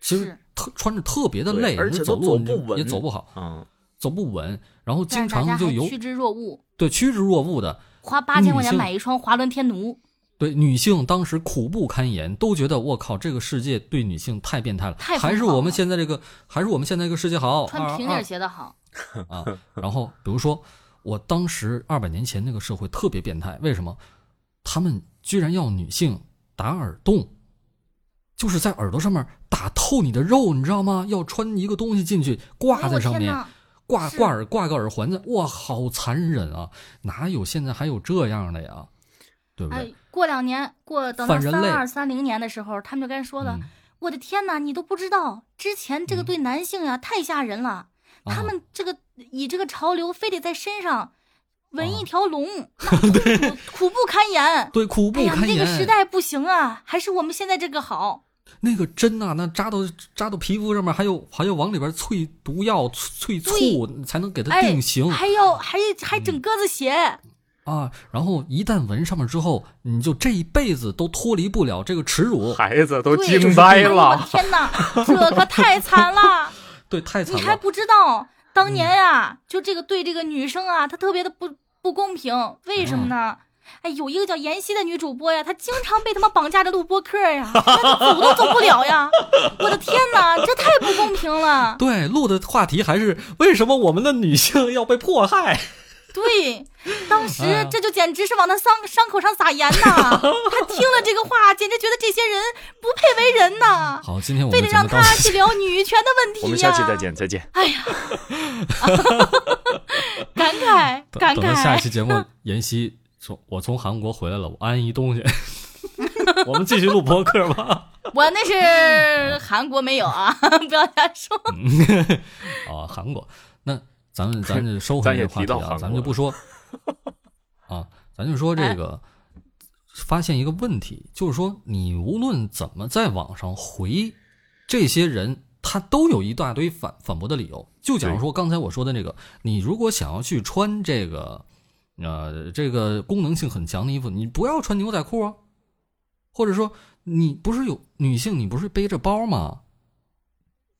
Speaker 1: 其实
Speaker 2: 哦是
Speaker 1: 特穿着特别的
Speaker 3: 对
Speaker 1: 累，
Speaker 3: 而
Speaker 1: 你
Speaker 3: 且
Speaker 1: 走路
Speaker 3: 都走不
Speaker 1: 你就也
Speaker 3: 稳
Speaker 1: 走不好，
Speaker 3: 啊，
Speaker 1: 走不稳，然后
Speaker 2: 但
Speaker 1: 经
Speaker 2: 是大家
Speaker 1: 常就
Speaker 2: 还
Speaker 1: 有
Speaker 2: 趋之若�鹜，
Speaker 1: 对趋之若鹜的。
Speaker 2: 花八千块钱
Speaker 1: 女性
Speaker 2: 买一双滑轮天奴，
Speaker 1: 对女性当时苦不堪言，都觉得我靠，这个世界对女性太变态了，
Speaker 2: 太疯
Speaker 1: 还是
Speaker 2: 狂
Speaker 1: 我们
Speaker 2: 了
Speaker 1: 现在这个，还是我们现在这个世界好。
Speaker 2: 穿平
Speaker 1: 22
Speaker 2: 底鞋的好。
Speaker 1: 啊。然后比如说，我当时二百年前那个社会特别变态，为什么？他们居然要女性打耳洞，就是在耳朵上面打透你的肉，你知道吗？要穿一个东西进去挂
Speaker 2: 哎呦
Speaker 1: 在
Speaker 2: 我
Speaker 1: 上
Speaker 2: 天
Speaker 1: 面，啊
Speaker 2: 哪！
Speaker 1: 挂
Speaker 2: 是
Speaker 1: 挂耳挂个耳环子，哇，好残忍啊！哪有现在还有这样的呀？对不对？
Speaker 2: 哎，过两年，过等到
Speaker 1: 反人
Speaker 2: 三
Speaker 1: 类
Speaker 2: 二三零年的时候，他们就该说了
Speaker 1: 嗯：“
Speaker 2: 我的天哪，你都不知道，之前这个对男性呀、太吓人了，
Speaker 1: 啊
Speaker 2: 他们这个以这个潮流，非得在身上纹
Speaker 1: 啊
Speaker 2: 一条龙， 那苦苦不堪言。”
Speaker 1: 对，苦
Speaker 2: 哎
Speaker 1: 不
Speaker 2: 呀，
Speaker 1: 堪
Speaker 2: 你这
Speaker 1: 言。
Speaker 2: 个时代不行啊，还是我们现在这个好。
Speaker 1: 那个针呐、那扎到扎到皮肤上面，还有还要往里边淬毒药、淬淬醋，才能给它
Speaker 2: 哎
Speaker 1: 定型、嗯
Speaker 2: 还要还还整鸽子血，
Speaker 1: 啊。然后一旦纹上面之后，你就这一辈子都脱离不了这个耻辱。
Speaker 3: 孩子都
Speaker 2: 对
Speaker 3: 惊呆
Speaker 2: 哎呦我的
Speaker 3: 了。
Speaker 2: 天哪，这可太 惨了！
Speaker 1: 对，太惨
Speaker 2: 你还
Speaker 1: 了。
Speaker 2: 不知道，
Speaker 1: 嗯
Speaker 2: 当年呀、就这个对这个女生啊，她特别的不不公平，为什么
Speaker 1: 哦
Speaker 2: 呢？哎，有一个叫妍希的女主播呀，她经常被他们绑架着录播客呀， 她走都走不了呀！我的天哪，这太不公平了。
Speaker 1: 对，录的话题还是为什么我们的女性要被迫害？
Speaker 2: 对，当
Speaker 1: 哎呀
Speaker 2: 时这就简直是往他伤伤口上撒盐 呐！他听了这个话，简直觉得这些人不配为人呐，
Speaker 1: 好，今天我
Speaker 2: 非
Speaker 1: 们
Speaker 2: 得
Speaker 1: 节
Speaker 2: 让
Speaker 1: 目到
Speaker 2: 他去聊女权的问题呀！
Speaker 3: 我们下期再，见，再见。
Speaker 2: 感慨
Speaker 1: 等
Speaker 2: 感
Speaker 1: 等到下一期
Speaker 2: 慨。
Speaker 1: 节目，妍希从我从韩国回来了，我安一东西。 我们继续录博客吧。
Speaker 2: 我那是韩国没有啊， 不要瞎说。
Speaker 1: 嗯 啊，韩国，那咱们咱就收回
Speaker 3: 咱
Speaker 1: 这
Speaker 3: 也
Speaker 1: 个话题
Speaker 3: 提到
Speaker 1: 啊，
Speaker 3: 韩
Speaker 1: 咱们
Speaker 3: 国
Speaker 1: 就不说啊，咱就说这个，发现一个问题，就是说你无论怎么在网上回这些人，他都有一大堆反反驳的理由。就假如
Speaker 3: 对
Speaker 1: 说刚才我说的那个，你如果想要去穿这个，呃，这个功能性很强的衣服，你不要穿牛仔裤啊，或者说你不是有女性，你不是背着包吗？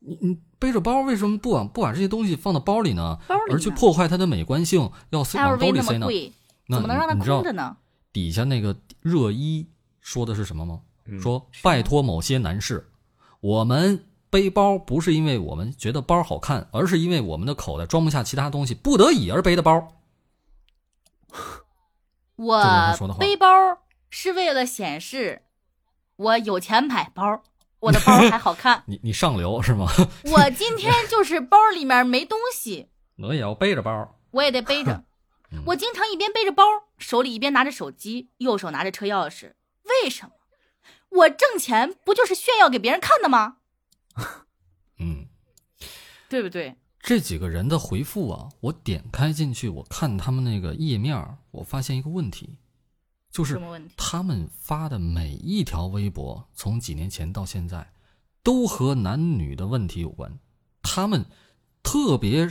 Speaker 1: 你你背着包，为什么不往不把这些东西放到包里呢？
Speaker 2: 包里呢
Speaker 1: 而去破坏它的美观性，要塞往兜
Speaker 2: LV
Speaker 1: 里
Speaker 2: 那
Speaker 1: 塞
Speaker 2: 么
Speaker 1: 呢？
Speaker 2: 贵，
Speaker 1: 那
Speaker 2: 怎么能让它
Speaker 1: 你知道
Speaker 2: 空着呢？
Speaker 1: 底下那个热一说的是什么吗？
Speaker 3: 嗯
Speaker 1: 说拜托某些男士，我们背包不是因为我们觉得包好看，而是因为我们的口袋装不下其他东西，不得已而背的包。他说的
Speaker 2: 我
Speaker 1: 话
Speaker 2: 背包是为了显示我有钱买包，我的包还
Speaker 1: 。
Speaker 2: 好看
Speaker 1: 你你上流是吗？
Speaker 2: 我今天就是包里面没东西，
Speaker 1: 我也要背着包。
Speaker 2: 我也得背着
Speaker 1: 嗯。
Speaker 2: 我经常一边背着包，手里一边拿着手机，右手拿着车钥匙。为什么？我挣钱不就是炫耀给别人看的吗？
Speaker 1: 嗯，
Speaker 2: 对不对？
Speaker 1: 这几个人的回复啊，我点开进去，我看他们那个页面儿，我发现一个问题，就是
Speaker 2: 什么问题？
Speaker 1: 他们发的每一条微博，从几年前到现在，都和男女的问题有关。他们特别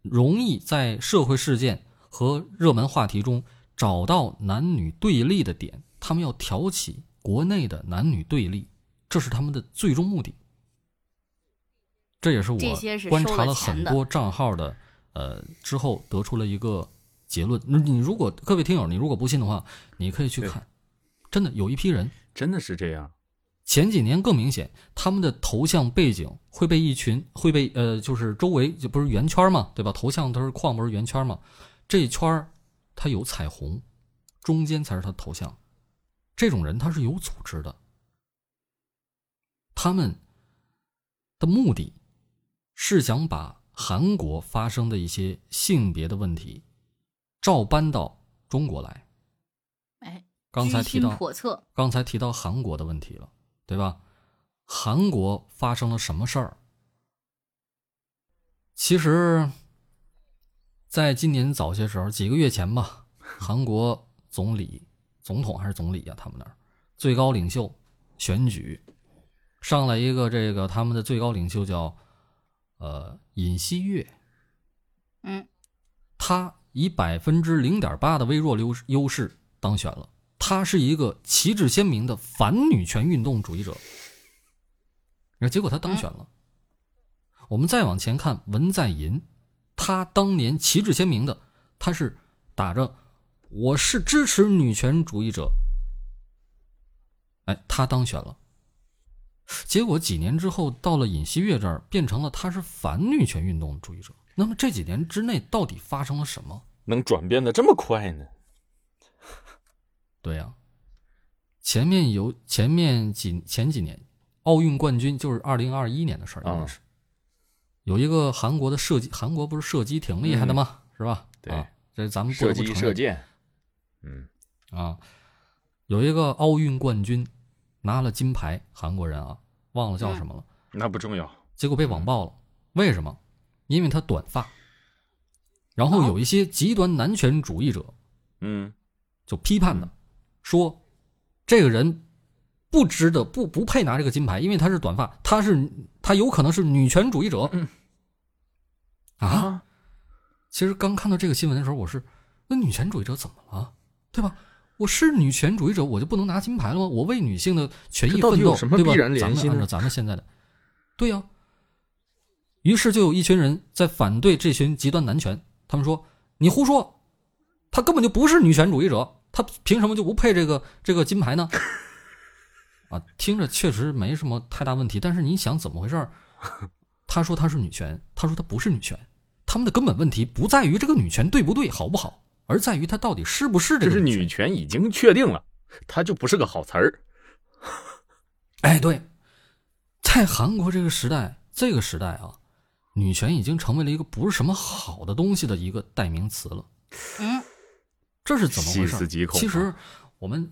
Speaker 1: 容易在社会事件和热门话题中找到男女对立的点，他们要挑起国内的男女对立，这是他们的最终目的。这也是我
Speaker 2: 这些是
Speaker 1: 观
Speaker 2: 收
Speaker 1: 察
Speaker 2: 了
Speaker 1: 了
Speaker 2: 钱
Speaker 1: 很
Speaker 2: 的
Speaker 1: 多账号的，呃，之后得出了一个结论。你你如果各位听友，你如果不信的话，你可以去
Speaker 3: 对
Speaker 1: 看，真的有一批人，
Speaker 3: 真的是这样，
Speaker 1: 前几年更明显，他们的头像背景会被一群会被呃，就是周围就不是圆圈嘛，对吧？头像它是框，不是圆圈嘛？这一圈儿它有彩虹，中间才是他的头像。这种人他是有组织的，他们的目的是想把韩国发生的一些性别的问题照搬到中国来。
Speaker 2: 哎，
Speaker 1: 刚才
Speaker 2: 居
Speaker 1: 提
Speaker 2: 心
Speaker 1: 到
Speaker 2: 叵测，
Speaker 1: 刚才提到韩国的问题了，对吧？韩国发生了什么事儿？其实，在今年早些时候，几个月前吧，韩国总理、总统还是总理啊，他们那儿最高领袖选举，上来一个这个他们的最高领袖叫呃尹锡悦，
Speaker 2: 嗯，
Speaker 1: 他以百分之零点八的微弱优势优势当选了。他是一个旗帜鲜明的反女权运动主义者，然后结果他当选了。我们再往前看，文在寅，他当年旗帜鲜明的，他是打着“我是支持女权主义者”，哎，他当选了。结果几年之后，到了尹锡悦这儿，变成了他是反女权运动主义者。那么这几年之内到底发生了什么？
Speaker 3: 能转变的这么快呢？
Speaker 1: 对呀、啊前面有前面几前几年奥运冠军就是二零二一年的事儿，应该
Speaker 3: 啊
Speaker 1: 是、有一个韩国的射击，韩国不是射击挺厉害的吗？是吧？
Speaker 3: 嗯对
Speaker 1: 啊，这咱们不
Speaker 3: 射
Speaker 1: 得不
Speaker 3: 击
Speaker 1: 承
Speaker 3: 射
Speaker 1: 认
Speaker 3: 箭，嗯，
Speaker 1: 啊，有一个奥运冠军拿了金牌，韩国人啊，忘了叫什么了，
Speaker 3: 那不重要。
Speaker 1: 结果被
Speaker 3: 嗯
Speaker 1: 网暴了，为什么？因为他短发，然后有一些极端男权主义者
Speaker 3: 嗯，
Speaker 1: 就批判的，说这个人不值得，不不配拿这个金牌，因为他是短发，他是他有可能是女权主义者。啊，
Speaker 3: 嗯啊，
Speaker 1: 其实刚看到这个新闻的时候，我是那女权主义者怎么了，对吧？我是女权主义者，我就不能拿金牌了吗？我为女性的权益
Speaker 3: 这到底
Speaker 1: 奋斗，
Speaker 3: 有什么
Speaker 1: 对吧？
Speaker 3: 必然
Speaker 1: 咱
Speaker 3: 联系
Speaker 1: 们按
Speaker 3: 呢
Speaker 1: 照咱们现在的，对呀、于是就有一群人在反对这群极端男权，他们说：“你胡说，他根本就不是女权主义者，他凭什么就不配这个这个金牌呢？” 啊，听着确实没什么太大问题，但是你想怎么回事儿？他说他是女权，他说他不是女权，他们的根本问题不在于这个女权对不对、好不好，而在于他到底是不是这
Speaker 3: 这
Speaker 1: 个
Speaker 3: 是
Speaker 1: 女权。
Speaker 3: 女权已经确定了，它就不是个好词儿。
Speaker 1: 哎，对，在韩国这个时代，这个时代啊，女权已经成为了一个不是什么好的东西的一个代名词了。
Speaker 2: 嗯，
Speaker 1: 这是怎么回
Speaker 3: 细
Speaker 1: 事
Speaker 3: 思极？恐啊
Speaker 1: 其实我们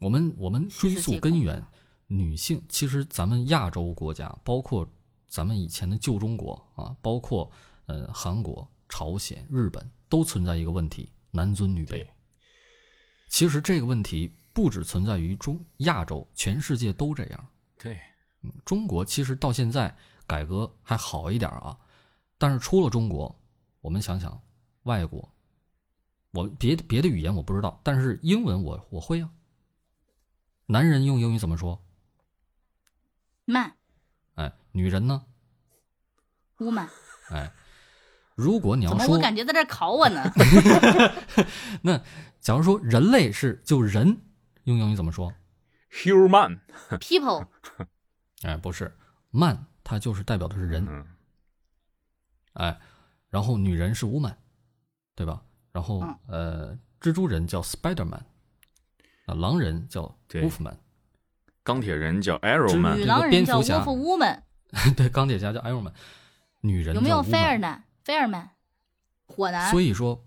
Speaker 1: 我们我们追
Speaker 2: 细思
Speaker 1: 溯
Speaker 2: 极
Speaker 1: 根
Speaker 2: 恐
Speaker 1: 源，女性其实咱们亚洲国家，包括咱们以前的旧中国啊，包括呃韩国、朝鲜、日本，都存在一个问题：男尊女卑
Speaker 3: 对。
Speaker 1: 其实这个问题不只存在于中亚洲，全世界都这样。
Speaker 3: 对，
Speaker 1: 中国其实到现在改革还好一点啊，但是出了中国，我们想想外国，我别别的语言我不知道，但是英文我我会啊。男人用英语怎么说？
Speaker 2: 慢
Speaker 1: 哎，女人呢？
Speaker 2: 乌慢，
Speaker 1: 哎，如果你
Speaker 2: 怎
Speaker 1: 要
Speaker 2: 么
Speaker 1: 说
Speaker 2: 我，感觉 在这儿考我呢？
Speaker 1: 那假如说人类是就人用英语怎么说？
Speaker 3: human，
Speaker 2: people
Speaker 1: 哎，不是，man，它就是代表的是人，
Speaker 3: 嗯
Speaker 1: 哎，然后女人是 woman，对吧？然后
Speaker 2: 嗯
Speaker 1: 呃，蜘蛛人叫 Spider Man，啊，狼人叫
Speaker 3: 对
Speaker 1: Wolfman，
Speaker 3: 钢铁人叫 Arrow
Speaker 1: 至于
Speaker 3: Man，
Speaker 2: 女
Speaker 1: 嗯这
Speaker 2: 狼
Speaker 1: 个
Speaker 2: 人
Speaker 1: 蝙
Speaker 2: 叫
Speaker 1: 蝠侠
Speaker 2: Wolf Woman，
Speaker 1: 对，钢铁侠叫 Iron Man，女人
Speaker 2: 有没有
Speaker 1: 叫 woman
Speaker 2: Fairman Fairman 火男？
Speaker 1: 所以说，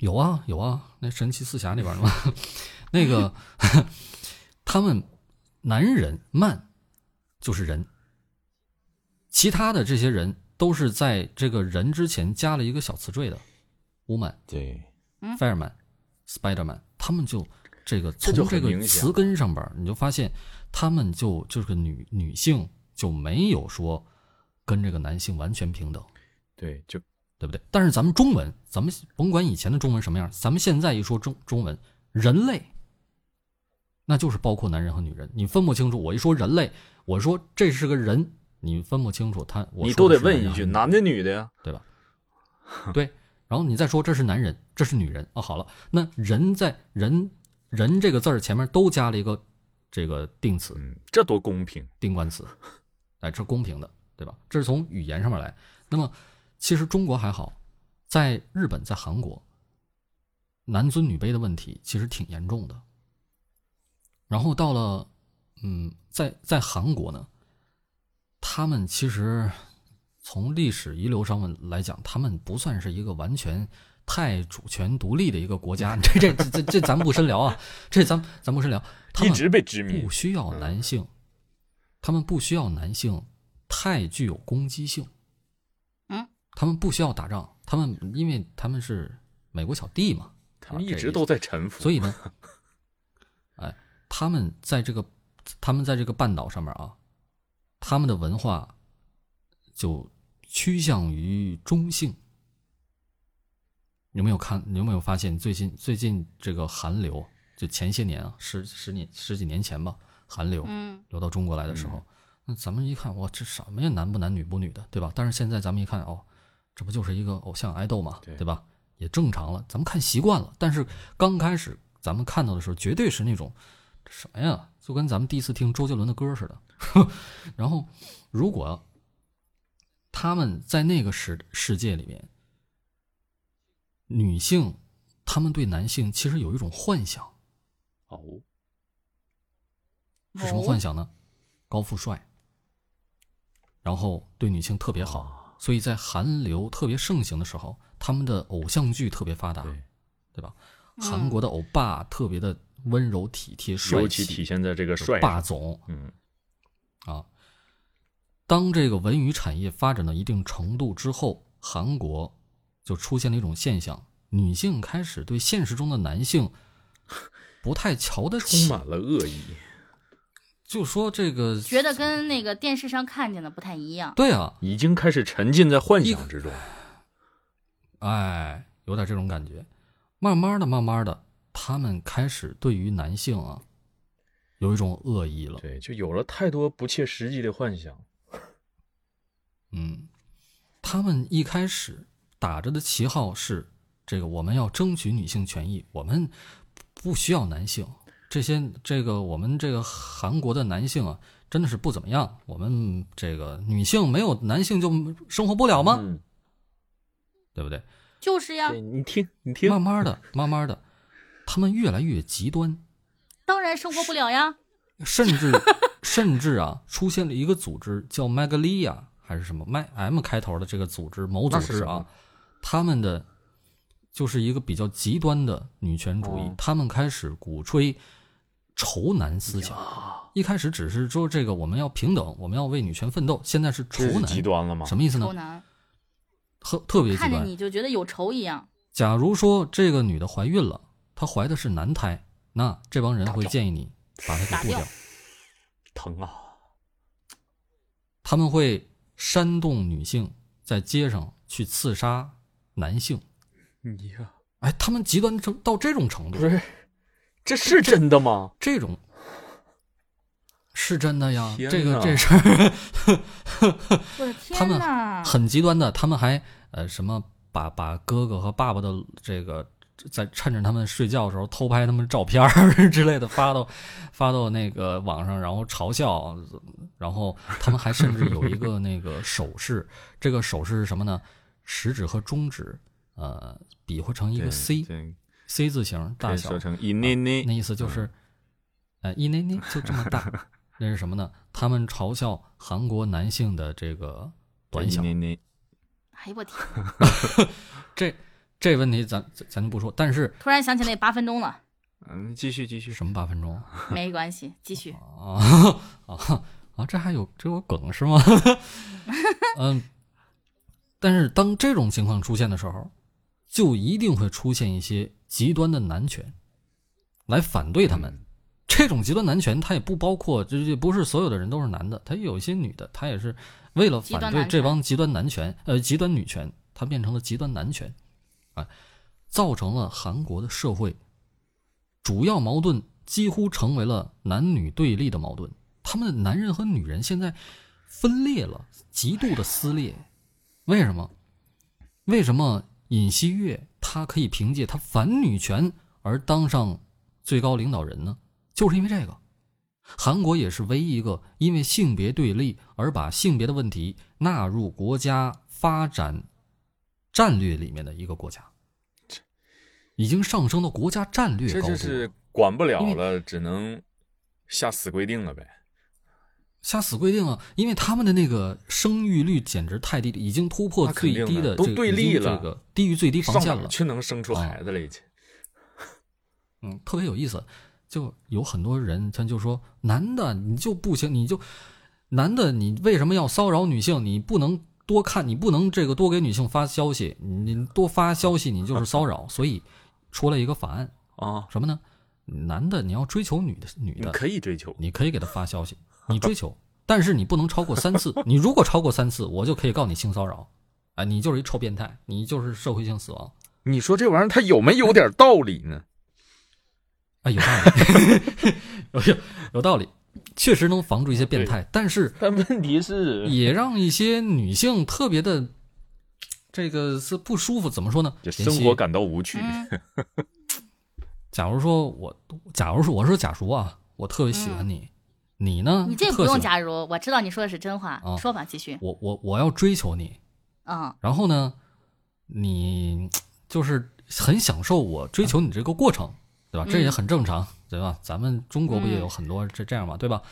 Speaker 1: 有啊有啊，那神奇四侠里边的嘛， 那个他们男人慢就是人，其他的这些人都是在这个人之前加了一个小词缀的，woman、
Speaker 4: 对，
Speaker 1: fireman、spiderman，他们就这个
Speaker 3: 这就
Speaker 1: 从
Speaker 3: 很
Speaker 1: 这
Speaker 3: 明
Speaker 1: 个
Speaker 3: 显
Speaker 1: 词根上边儿，你就发现他们就这个女女性就没有说跟这个男性完全平等。
Speaker 3: 对，就
Speaker 1: 对不对？但是咱们中文，咱们甭管以前的中文什么样，咱们现在一说中中文，人类，那就是包括男人和女人，你分不清楚。我一说人类，我说这是个人，你分不清楚他，我
Speaker 3: 你
Speaker 1: 说
Speaker 3: 都
Speaker 1: 的
Speaker 3: 得
Speaker 1: 是
Speaker 3: 问
Speaker 1: 男人还
Speaker 3: 一
Speaker 1: 是
Speaker 3: 句，
Speaker 1: 女人
Speaker 3: 男的女的呀？
Speaker 1: 对吧？ 对，然后你再说这是男人，这是女人哦，好了，那人在人人这个字儿前面都加了一个这个定词，
Speaker 3: 嗯，这多公平。
Speaker 1: 定冠词，哎，这是公平的，对吧？这是从语言上面来。那么，其实中国还好，在日本、在韩国，男尊女卑的问题其实挺严重的。然后到了，嗯，在在韩国呢，他们其实从历史遗留上面来讲，他们不算是一个完全太主权独立的一个国家。 这这这这这咱们不深聊啊，这咱们咱们不深聊。他
Speaker 3: 一
Speaker 1: 们
Speaker 3: 直被殖民
Speaker 1: 不。需要男性，他们不需要男性太具有攻击性。
Speaker 2: 嗯，
Speaker 1: 他们不需要打仗，他们因为他们是美国小弟嘛，
Speaker 3: 他们
Speaker 1: 啊
Speaker 3: 一
Speaker 1: 这
Speaker 3: 直都在臣服，
Speaker 1: 所以呢，哎，他们在这个他们在这个半岛上面啊，他们的文化就趋向于中性。你有没有看？你有没有发现最近最近这个韩流，就前些年啊，十十年十几年前吧，韩流，
Speaker 2: 嗯，
Speaker 1: 流到中国来的时候，那咱们一看，哇，这什么呀，男不男女不女的，对吧？但是现在咱们一看，哦，这不就是一个偶像爱豆嘛，
Speaker 3: 对
Speaker 1: 对吧？也正常了，咱们看习惯了。但是刚开始咱们看到的时候，绝对是那种这什么呀，就跟咱们第一次听周杰伦的歌似的。 然后，如果他们在那个世世界里面，女性他们对男性其实有一种幻想，
Speaker 3: 哦，
Speaker 1: 是什么幻想呢？高富帅，然后对女性特别
Speaker 3: 哦
Speaker 1: 好，所以在韩流特别盛行的时候，他们的偶像剧特别发达，
Speaker 3: 对
Speaker 1: 对吧？韩国的欧巴特别的温柔体贴、帅
Speaker 3: 尤其体
Speaker 1: 气，
Speaker 3: 现在这个帅上。
Speaker 1: 霸总
Speaker 3: 嗯，
Speaker 1: 啊。当这个文娱产业发展到一定程度之后，韩国就出现了一种现象：女性开始对现实中的男 性不太瞧得
Speaker 3: 充
Speaker 1: 起，
Speaker 3: 满了恶意。
Speaker 1: 就说这个
Speaker 2: 觉得跟那个电视上看见的不太一样。
Speaker 1: 对啊，
Speaker 3: 已经开始沉浸在幻想之中。
Speaker 1: 哎，有点这种感觉。慢慢的，慢慢的，他们开始对于男性啊，有一种恶意了。
Speaker 3: 对，就有了太多不切实际的幻想。
Speaker 1: 嗯，他们一开始打着的旗号是这个，我们要争取女性权益，我们不需要男性。这些这个我们这个韩国的男性啊，真的是不怎么样。我们这个女性没有男性就生活不了吗？啊
Speaker 3: 嗯，
Speaker 1: 对不对？
Speaker 2: 就是呀
Speaker 3: 对，你听，你听，
Speaker 1: 慢慢的，慢慢的，他们越来越极端。
Speaker 2: 当然生活不了呀。
Speaker 1: 甚至 甚至啊，出现了一个组织叫麦格利亚还是什么麦 M 开头的这个组织，某组
Speaker 3: 那是
Speaker 1: 织
Speaker 3: 什
Speaker 1: 啊
Speaker 3: 么，
Speaker 1: 他们的就是一个比较极端的女权主义，
Speaker 3: 哦
Speaker 1: 他们开始鼓吹仇男思想。一开始只是说这个我们要平等，我们要为女权奋斗，现在是仇
Speaker 3: 这是
Speaker 1: 男，
Speaker 3: 极端了吗？
Speaker 1: 什么意思呢
Speaker 2: 仇？男
Speaker 1: 特特别极
Speaker 2: 看着
Speaker 1: 端。
Speaker 2: 你就觉得有仇一样。
Speaker 1: 假如说这个女的怀孕了，她怀的是男胎，那这帮人会建议你把她
Speaker 2: 打
Speaker 1: 给剁
Speaker 2: 掉
Speaker 1: 掉。
Speaker 3: 疼啊！
Speaker 1: 他们会煽动女性在街上去刺杀男性。
Speaker 3: 你呀，
Speaker 1: 哎，他们极端成到这种程度
Speaker 3: 不，是，这是真的吗？
Speaker 1: 这种是真的呀。
Speaker 3: 天
Speaker 1: 这个
Speaker 3: 哪
Speaker 1: 这事儿
Speaker 2: 我
Speaker 1: 他
Speaker 2: 的天
Speaker 1: 们
Speaker 2: 呐！
Speaker 1: 很极端的，他们还呃什么把把哥哥和爸爸的这个在趁着他们睡觉的时候偷拍他们照片儿 之类的发到发到那个网上，然后嘲笑，然后他们还甚至有一个那个手势，这个手势是什么呢？食指和中指，呃，比划成一个 C
Speaker 3: 对
Speaker 1: C 字形
Speaker 3: 可
Speaker 1: 大
Speaker 3: 以
Speaker 1: 小啊
Speaker 3: 说，成一捏捏
Speaker 1: 那意思就是，呃，一捏捏就这么 大，那是什么呢？他们嘲笑韩国男性的这个短小
Speaker 3: 一，捏捏，
Speaker 2: 哎呦我天！
Speaker 1: 这这问题咱咱咱就不说，但是
Speaker 2: 突然想起那八分钟 了，
Speaker 3: 嗯，继续继续，
Speaker 1: 什么八分钟啊？
Speaker 2: 没关系，继续。
Speaker 1: 啊 啊啊！这还有这有梗是吗？嗯，但是当这种情况出现的时候，就一定会出现一些极端的男权来反对他们。这种极端男权，他也不包括，这这不是所有的人都是男的，他也有一些女的，他也是为了
Speaker 2: 极
Speaker 1: 反
Speaker 2: 端
Speaker 1: 对
Speaker 2: 男
Speaker 1: 这
Speaker 2: 权
Speaker 1: 帮极端男权，呃，极端女权，他变成了极端男权，啊，造成了韩国的社会主要矛盾几乎成为了男女对立的矛盾。他们的男人和女人现在分裂了，极度的撕裂。为什么？为什么尹锡悦他可以凭借他反女权而当上最高领导人呢？就是因为这个。韩国也是唯一一个因为性别对立而把性别的问题纳入国家发展战略里面的一个国家，已经上升到国家战略
Speaker 3: 这
Speaker 1: 高度
Speaker 3: 就
Speaker 1: 了。
Speaker 3: 是管不了
Speaker 1: 因
Speaker 3: 了，只能下死规定了呗。
Speaker 1: 下死规定啊，因为他们的那个生育率简直太低了，已经突破
Speaker 3: 那肯
Speaker 1: 最
Speaker 3: 定
Speaker 1: 低
Speaker 3: 的
Speaker 1: 的
Speaker 3: 都
Speaker 1: 这个
Speaker 3: 对
Speaker 1: 已经
Speaker 3: 立了
Speaker 1: 这个低于最低防
Speaker 3: 上
Speaker 1: 线
Speaker 3: 哪儿
Speaker 1: 了。
Speaker 3: 去能生出孩子来已经？
Speaker 1: 嗯，特别有意思，就有很多人他就说，男的你就不行，你就男的你为什么要骚扰女性？你不能多看，你不能这个多给女性发消息，你你多发消息你就是骚扰。所以出了一个法案，
Speaker 3: 啊，
Speaker 1: 什么呢？男的你要追求女的，女
Speaker 3: 你
Speaker 1: 哦的
Speaker 3: 可以追求，
Speaker 1: 你可以给他发消息，你追求，但是你不能超过三次。你如果超过三次，我就可以告你性骚扰，啊，你就是一臭变态，你就是社会性死亡。
Speaker 3: 你说这玩意儿它有没有点道理 呢？
Speaker 1: 啊，有道理， 有有有道理，确实能防住一些变
Speaker 3: 啊
Speaker 1: 态，但是
Speaker 3: 但问题是，
Speaker 1: 也让一些女性特别的这个是不舒服。怎么说呢？
Speaker 3: 这
Speaker 1: 妍
Speaker 3: 生
Speaker 1: 希
Speaker 3: 活感到无趣。
Speaker 2: 嗯，
Speaker 1: 假如说我，假如说我说假如啊，我特别喜欢你，你呢？
Speaker 2: 嗯你 这
Speaker 1: 特
Speaker 2: 不用
Speaker 1: 喜欢
Speaker 2: 假如，我知道你说的是真话
Speaker 1: 啊，
Speaker 2: 说吧，继续。
Speaker 1: 我，我我要追求你，
Speaker 2: 嗯，
Speaker 1: 然后呢，你就是很享受我追求你这个过程，对吧？这也
Speaker 2: 嗯
Speaker 1: 很正常，对吧？咱们中国不也有很多这这样嘛，对吧？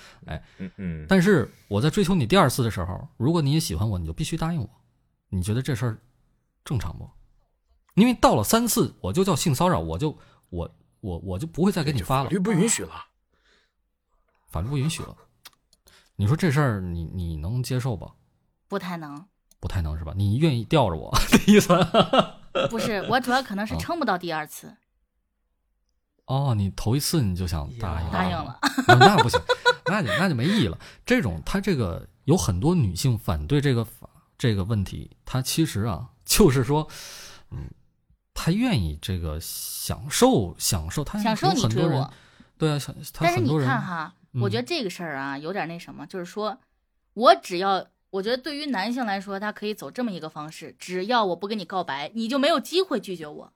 Speaker 3: 嗯嗯，
Speaker 1: 但是我在追求你第二次的时候，如果你也喜欢我，你就必须答应我。你觉得这事儿正常不？因为到了三次，我就叫性骚扰，我就我我我就不会再给你发了
Speaker 3: 法律，不允许了。
Speaker 1: 法律不允许了。你说这事儿你你能接受吧？
Speaker 2: 不太能，
Speaker 1: 不太能是吧？你愿意吊着我 的意思？
Speaker 2: 不是，我主要可能
Speaker 1: 啊
Speaker 2: 是撑不到第二次，
Speaker 1: 哦，你头一次你就想答应
Speaker 3: 啊
Speaker 2: 答应 了。
Speaker 1: 啊那不行，那就那就没意义了。这种他这个有很多女性反对这个法这个问题，她其实啊，就是说，嗯，她愿意这个享受享受，她
Speaker 2: 享受
Speaker 1: 有
Speaker 2: 你
Speaker 1: 很
Speaker 2: 追
Speaker 1: 多人
Speaker 2: 我，
Speaker 1: 对啊，想她
Speaker 2: 但是
Speaker 1: 很
Speaker 2: 你
Speaker 1: 多人
Speaker 2: 看
Speaker 1: 嗯
Speaker 2: 哈，我觉得这个事儿啊，有点那什么，就是说我只要。我觉得对于男性来说，他可以走这么一个方式：只要我不跟你告白，你就没有机会拒绝我。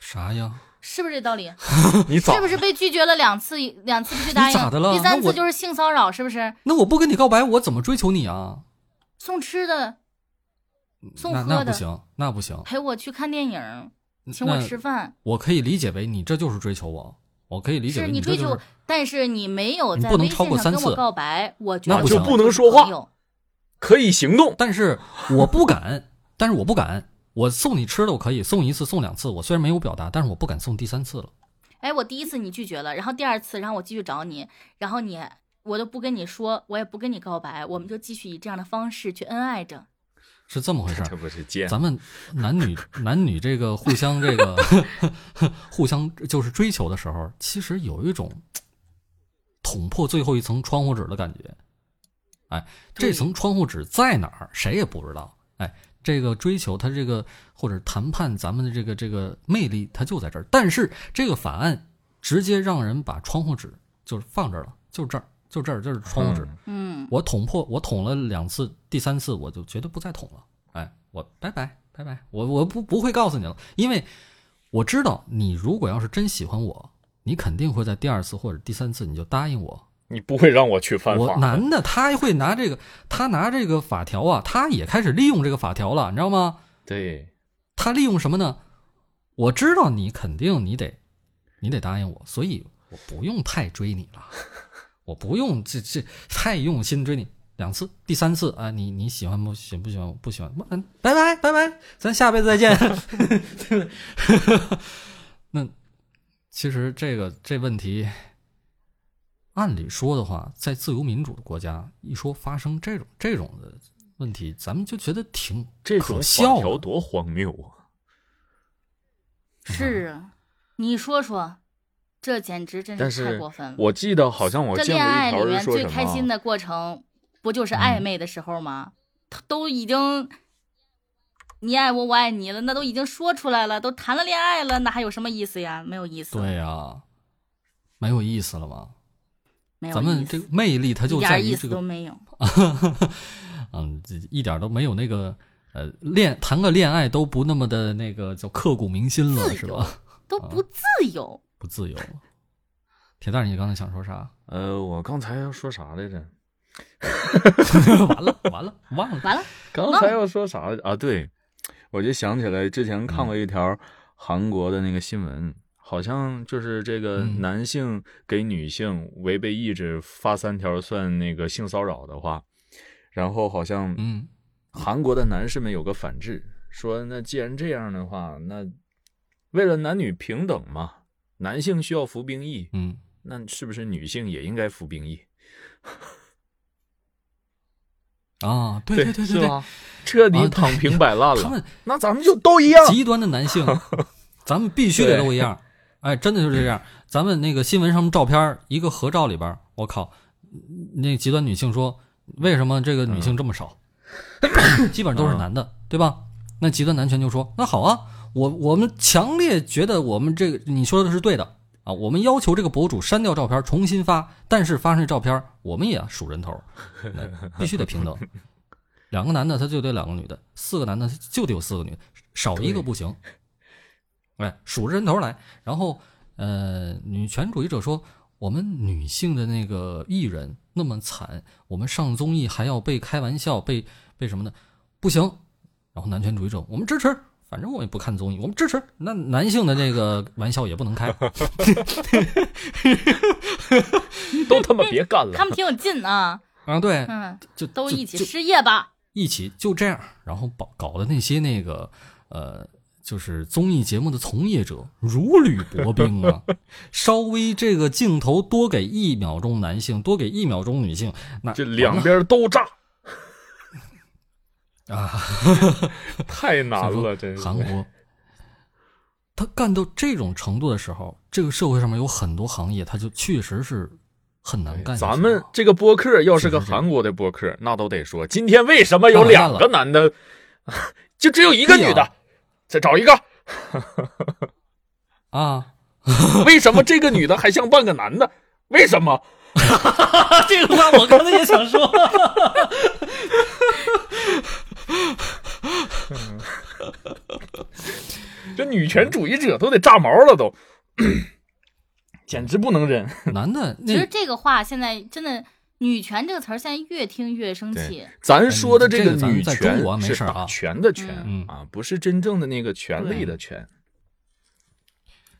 Speaker 1: 啥呀？
Speaker 2: 是不是这道 理？
Speaker 3: 你咋
Speaker 2: 是不是被拒绝了两次，两次必须答应，
Speaker 1: 你咋的了
Speaker 2: 第三
Speaker 1: 那我
Speaker 2: 次就是性骚扰，是不是？
Speaker 1: 那我不跟你告白，我怎么追求你啊？
Speaker 2: 送吃的，送
Speaker 1: 嗯那
Speaker 2: 喝
Speaker 1: 那
Speaker 2: 的
Speaker 1: 不行，那不行，
Speaker 2: 陪我去看电影，请我
Speaker 1: 那
Speaker 2: 吃饭，
Speaker 1: 我可以理解为你这就是追求我，我可以理解
Speaker 2: 是
Speaker 1: 为
Speaker 2: 你
Speaker 1: 这
Speaker 2: 追
Speaker 1: 就
Speaker 2: 求
Speaker 1: 是，
Speaker 2: 但是你没有
Speaker 1: 你
Speaker 2: 在
Speaker 1: 不能
Speaker 2: 微
Speaker 1: 超
Speaker 2: 信
Speaker 1: 过
Speaker 2: 上
Speaker 1: 三
Speaker 2: 跟
Speaker 1: 次
Speaker 2: 我告白，我觉
Speaker 1: 那
Speaker 2: 得
Speaker 1: 不
Speaker 2: 我
Speaker 1: 行
Speaker 2: 们
Speaker 3: 就不能
Speaker 2: 是
Speaker 3: 说
Speaker 2: 朋
Speaker 3: 话
Speaker 2: 友
Speaker 3: 可以行动？
Speaker 1: 但是我不敢， 但是我不敢。我送你吃的，我可以送一次、送两次。我虽然没有表达，但是我不敢送第三次了。
Speaker 2: 哎，我第一次你拒绝了，然后第二次，然后我继续找你，然后你我都不跟你说，我也不跟你告白，我们就继续以这样的方式去恩爱着。
Speaker 1: 是这么回事
Speaker 3: 这
Speaker 1: 儿。
Speaker 3: 不是贱？
Speaker 1: 咱们男女男女这个互相这个 互相就是追求的时候，其实有一种捅破最后一层窗户纸的感觉。哎，这
Speaker 2: 对
Speaker 1: 层窗户纸在哪儿，谁也不知道。哎，这个追求它这个或者谈判咱们的这个这个魅力，它就在这儿。但是这个法案直接让人把窗户纸就是放这儿了，就这儿，就这儿，就是窗户纸。
Speaker 3: 嗯
Speaker 2: 嗯，
Speaker 1: 我捅破，我捅了两次，第三次我就绝对不再捅了。哎，我拜拜拜拜，我我不不会告诉你了，因为我知道你如果要是真喜欢我，你肯定会在第二次或者第三次你就答应我。
Speaker 3: 你不会让我去犯
Speaker 1: 我
Speaker 3: 法。
Speaker 1: 男的他会拿这个，他拿这个法条啊，他也开始利用这个法条了，你知道吗？
Speaker 3: 对，
Speaker 1: 他利用什么呢？我知道你肯定你得，你得答应我，所以我不用太追你 了，我不用这这太用心追你两次，第三次啊，你你喜欢不喜不喜欢我不喜欢，嗯，拜拜拜拜，咱下辈子再见， 对不对？那其实这个这问题，按理说的话，在自由民主的国家，一说发生这种这种的问题，咱们就觉得挺
Speaker 3: 这
Speaker 1: 可
Speaker 3: 种
Speaker 1: 笑
Speaker 3: 法
Speaker 1: 的
Speaker 3: 条多荒谬啊！
Speaker 2: 是啊，你说说，这简直真
Speaker 3: 但
Speaker 2: 是太
Speaker 3: 是
Speaker 2: 过分了。
Speaker 3: 我记得好像我
Speaker 2: 这
Speaker 3: 见
Speaker 2: 恋
Speaker 3: 过一
Speaker 2: 爱里
Speaker 3: 条
Speaker 2: 面
Speaker 3: 是说
Speaker 2: 最
Speaker 3: 什
Speaker 2: 开心
Speaker 3: 么啊，
Speaker 2: 的过程，不就是
Speaker 1: 嗯
Speaker 2: 暧昧的时候吗？他都已经你爱我，我爱你了，那都已经说出来了，都谈了恋爱了，那还有什么意思呀？没有意思，
Speaker 1: 对呀、没有意思了吧？
Speaker 2: 没有
Speaker 1: 咱
Speaker 2: 意
Speaker 1: 们
Speaker 2: 思，
Speaker 1: 这个魅力它
Speaker 2: 一
Speaker 1: 就在
Speaker 2: 点
Speaker 1: 于
Speaker 2: 意
Speaker 1: 这
Speaker 2: 思
Speaker 1: 个啊
Speaker 2: 都，没有。
Speaker 1: 嗯，这一点都没有那个呃恋谈个恋爱都不那么的那个叫刻骨铭心了，
Speaker 2: 自
Speaker 1: 是
Speaker 2: 由
Speaker 1: 吧？
Speaker 2: 都不自由。
Speaker 1: 不自由了。铁蛋儿，你刚才想说 啥？
Speaker 3: 呃，我刚才要说啥来着？
Speaker 1: 完了完了，忘了。
Speaker 2: 完了，
Speaker 3: 刚才要说啥来着啊？对，我就想起来之前看
Speaker 1: 嗯
Speaker 3: 过一条韩国的那个新闻，好像就是这个
Speaker 1: 嗯
Speaker 3: 男性给女性违背意志发三条算那个性骚扰的话，然后好像
Speaker 1: 嗯，
Speaker 3: 韩国的男士们有个反制，说那既然这样的话，那为了男女平等嘛，男性需要服兵役，
Speaker 1: 嗯，
Speaker 3: 那是不是女性也应该服兵役？
Speaker 1: 啊，对对对
Speaker 3: 是
Speaker 1: 对
Speaker 3: 吧？彻
Speaker 1: 啊
Speaker 3: 底
Speaker 1: 对
Speaker 3: 躺平摆烂
Speaker 1: 对，他
Speaker 3: 了，
Speaker 1: 们
Speaker 3: 那咱们就都一样。
Speaker 1: 极端的男 性，咱们必须得都一样。哎，真的就是这样。咱们那个新闻上面照片儿一个合照里边儿，我靠，那极端女性说，为什么这个女性这么少？ 基本上都是男的，对吧？那极端男权就说，那好啊，我我们强烈觉得我们这个你说的是对的啊，我们要求这个博主删掉照片儿，重新发，但是发上这照片儿，我们也数人头儿，那必须得平等。两个男的他就得两个女的，四个男的就得有四个女的，少一个
Speaker 3: 对
Speaker 1: 不行。哎，数着人头来。然后，呃，女权主义者说，我们女性的那个艺人那么惨，我们上综艺还要被开玩笑，被被什么的，不行。然后男权主义者，我们支持，反正我也不看综艺，我们支持。那男性的这个玩笑也不能开，
Speaker 3: 都他妈别干了
Speaker 2: 他们挺有劲啊，
Speaker 1: 啊，对，
Speaker 2: 嗯，
Speaker 1: 就
Speaker 2: 都
Speaker 1: 就
Speaker 2: 一起
Speaker 1: 就
Speaker 2: 失业吧。
Speaker 1: 一起就这样，然后搞搞的那些那个呃，就是综艺节目的从业者如履薄冰啊，稍微这个镜头多给一秒钟男性，多给一秒钟女性，那
Speaker 3: 这两边都炸，
Speaker 1: 啊，
Speaker 3: 太难
Speaker 1: 所以
Speaker 3: 了，
Speaker 1: 说
Speaker 3: 真是。
Speaker 1: 韩国。他干到这种程度的时候，这个社会上面有很多行业，他就确实是很难干下去了。
Speaker 3: 哎咱们这个播客要是个
Speaker 1: 是是是
Speaker 3: 韩国的播客，那都得说今天为什么有两个男的， 就只有一个女
Speaker 1: 对呀
Speaker 3: 的，再找一个，
Speaker 1: 啊，
Speaker 3: 为什么这个女的还像半个男的？为什么？啊
Speaker 1: 这个话我刚才也想说。
Speaker 3: 这女权主义者都得炸毛了都， 简直不能忍。
Speaker 1: 男 的
Speaker 2: 其实
Speaker 1: 那
Speaker 2: 这个话现在真的“女权”这个词儿，现在越听越生气。
Speaker 3: 咱说的这
Speaker 1: 哎
Speaker 3: 个
Speaker 1: 这个咱
Speaker 3: 女
Speaker 1: 在中国
Speaker 3: 权
Speaker 1: 没
Speaker 3: 是
Speaker 1: 事啊
Speaker 3: 打拳的拳
Speaker 1: 嗯
Speaker 3: 啊，不是真正的那个权利的权。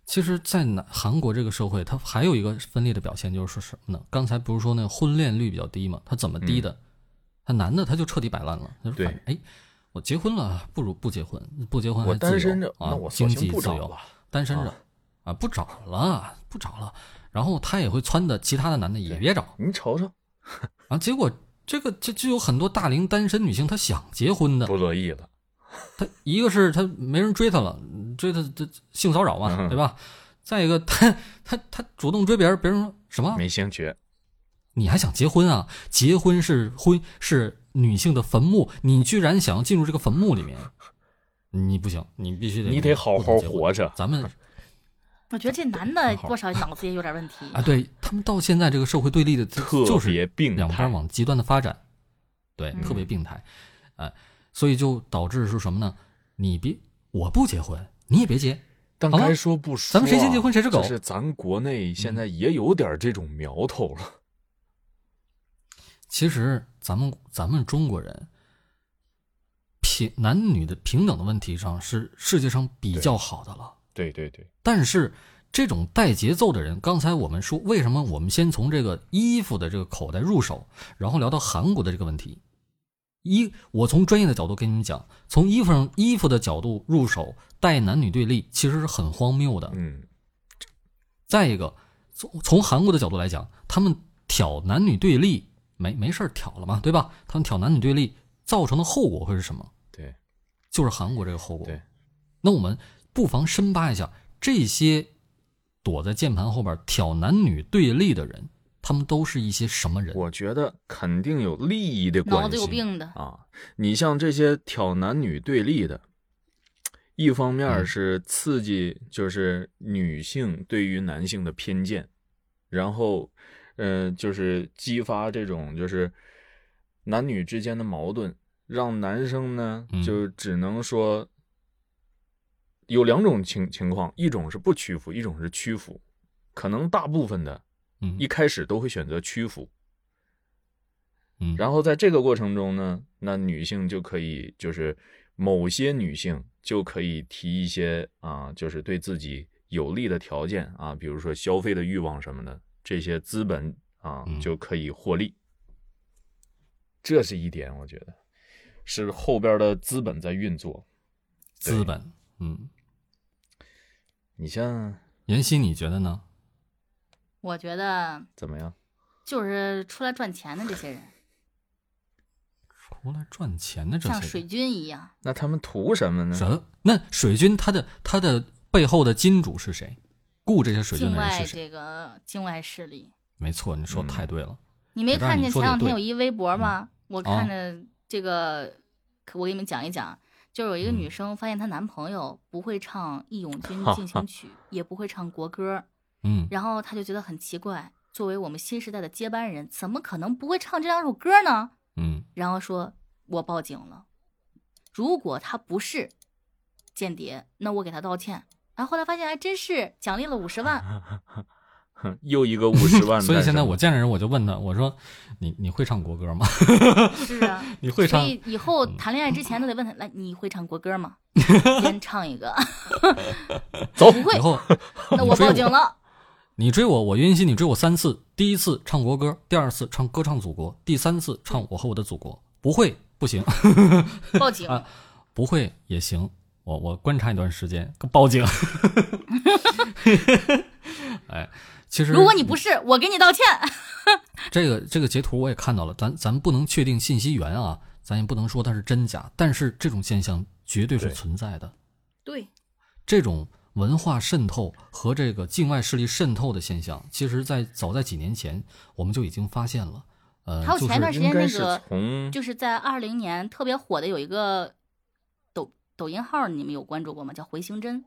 Speaker 1: 其实，在南韩国这个社会，它还有一个分裂的表现，就是说什么呢？刚才不是说那婚恋率比较低吗？它怎么低的？他男的他就彻底摆烂了，他说
Speaker 3: 嗯对
Speaker 1: 反正哎，我结婚了不如不结婚，不结婚
Speaker 3: 我
Speaker 1: 还
Speaker 3: 单
Speaker 1: 自
Speaker 3: 身着
Speaker 1: 由，啊
Speaker 3: 那，我索
Speaker 1: 经
Speaker 3: 性
Speaker 1: 济
Speaker 3: 不
Speaker 1: 自
Speaker 3: 找
Speaker 1: 由
Speaker 3: 了，。
Speaker 1: 单身着
Speaker 3: 啊
Speaker 1: 啊，不找了，不找了。然后他也会撺掇其他的男的也别找，
Speaker 3: 您瞅瞅，
Speaker 1: 然后结果这个这就有很多大龄单身女性，她想结婚的，
Speaker 3: 不乐意了。
Speaker 1: 他一个是他没人追他了，追他这性骚扰嘛，
Speaker 3: 嗯
Speaker 1: 对吧？再一个，他他他主动追别人，别人说什么？
Speaker 3: 没兴趣，
Speaker 1: 你还想结婚啊？结婚是婚是女性的坟墓，你居然想要进入这个坟墓里 面，你不行，你必须得
Speaker 3: 你得好好活着。
Speaker 1: 咱 们
Speaker 2: 我觉得这男的
Speaker 1: 挺好
Speaker 2: 多少脑子也有点问题。
Speaker 1: 啊，对他们到现在这个社会对立的，
Speaker 3: 特
Speaker 1: 就是
Speaker 3: 别病
Speaker 1: 两
Speaker 3: 态
Speaker 1: 边。往极端的发展，对，
Speaker 2: 嗯
Speaker 1: 特别病态。哎，所以就导致是什么呢？你别，我不结婚，你也别结。
Speaker 3: 但
Speaker 1: 好吧
Speaker 3: 该说不说啊，
Speaker 1: 咱们谁先结婚谁是狗嗯
Speaker 3: 就是咱国内现在也有点这种苗头了。
Speaker 1: 其实咱们咱们中国人平男女的平等的问题上是世界上比较好的了，
Speaker 3: 对对对，
Speaker 1: 但是这种带节奏的人，刚才我们说为什么我们先从这个衣服的这个口袋入手，然后聊到韩国的这个问题。一，我从专业的角度跟你们讲，从衣服上衣服的角度入手，带男女对立其实是很荒谬的。
Speaker 3: 嗯，
Speaker 1: 再一个，从从韩国的角度来讲，他们挑男女对立，没没事儿挑了嘛，对吧？他们挑男女对立造成的后果会是什么？
Speaker 3: 对，
Speaker 1: 就是韩国这个后果。
Speaker 3: 对，
Speaker 1: 那我们不妨深扒一下这些躲在键盘后边挑男女对立的人，他们都是一些什么人？
Speaker 3: 我觉得肯定有利益的关系。
Speaker 2: 脑子有病的，
Speaker 3: 啊！你像这些挑男女对立的，一方面
Speaker 1: 嗯
Speaker 3: 是刺激，就是女性对于男性的偏见，然后，呃，就是激发这种就是男女之间的矛盾，让男生呢
Speaker 1: 嗯
Speaker 3: 就只能说有两种情情况，一种是不屈服，一种是屈服。可能大部分的
Speaker 1: 嗯
Speaker 3: 一开始都会选择屈服，
Speaker 1: 嗯，
Speaker 3: 然后在这个过程中呢，那女性就可以就是某些女性就可以提一些啊，就是对自己有利的条件啊，比如说消费的欲望什么的，这些资本啊
Speaker 1: 嗯
Speaker 3: 就可以获利。这是一点，我觉得是后边的资本在运作。
Speaker 1: 资本，嗯，
Speaker 3: 你像
Speaker 1: 妍希，你觉得呢？
Speaker 2: 我觉得
Speaker 3: 怎么样？
Speaker 2: 就是出来赚钱的这些人，
Speaker 1: 出来赚钱的这
Speaker 2: 像
Speaker 1: 些
Speaker 2: 水
Speaker 1: 人嗯
Speaker 2: 军一样，
Speaker 3: 那他们图什么呢？
Speaker 1: 什？那水军他的他的背后的金主是谁？雇这些水军
Speaker 2: 境
Speaker 1: 的人
Speaker 2: 外
Speaker 1: 是谁？
Speaker 2: 这个境外势力。
Speaker 1: 没错，你说
Speaker 3: 嗯
Speaker 1: 太对了。
Speaker 2: 你没
Speaker 1: 我知道
Speaker 2: 看
Speaker 1: 你
Speaker 2: 见
Speaker 1: 说
Speaker 2: 前
Speaker 1: 的也
Speaker 2: 两天
Speaker 1: 对
Speaker 2: 有一微博吗？我
Speaker 1: 啊
Speaker 2: 看着这个，可我给你们讲一讲，就是有一个
Speaker 1: 嗯
Speaker 2: 女生发现她男朋友不会唱《义勇军进行曲》，也不会唱国歌，
Speaker 1: 嗯，
Speaker 2: 然后她就觉得很奇怪，作为我们新时代的接班人，怎么可能不会唱这两首歌呢？
Speaker 1: 嗯
Speaker 2: 然后说我报警了，如果他不是间谍，那我给他道歉。然后后来发现还真是奖励了五 十万，
Speaker 3: 哼 又一个五十万诞生。
Speaker 1: 所以现在我见着人我就问他，我说你你会唱国歌吗？
Speaker 2: 是啊。
Speaker 1: 你会唱嗯
Speaker 2: 所？以以后谈恋爱之前都 得问他，来，你会唱国歌吗？先唱一个，
Speaker 3: 走，
Speaker 2: 不会
Speaker 1: 以，后
Speaker 2: 那我报警了。
Speaker 1: 你追我，我晕心，你追我三次，第一次唱国歌，第二次唱歌唱祖国，第三次唱我和我的祖国。不会不行，
Speaker 2: 报警，
Speaker 1: 啊不会也行。我我观察一段时间，报警。 哎，其实
Speaker 2: 如果你不是，我给你道歉。
Speaker 1: 这个这个截图我也看到了，咱咱不能确定信息源啊，咱也不能说它是真假，但是这种现象绝对是
Speaker 3: 对
Speaker 1: 存在的。
Speaker 2: 对，
Speaker 1: 这种文化渗透和这个境外势力渗透的现象，其实在早在几年前我们就已经发现了。呃，
Speaker 2: 还有前一段时间
Speaker 3: 应该
Speaker 2: 那
Speaker 3: 是
Speaker 2: 个，
Speaker 1: 嗯
Speaker 3: 从
Speaker 2: 就是在二零年特别火的有一个抖抖音号，你们有关注过吗？叫回形针，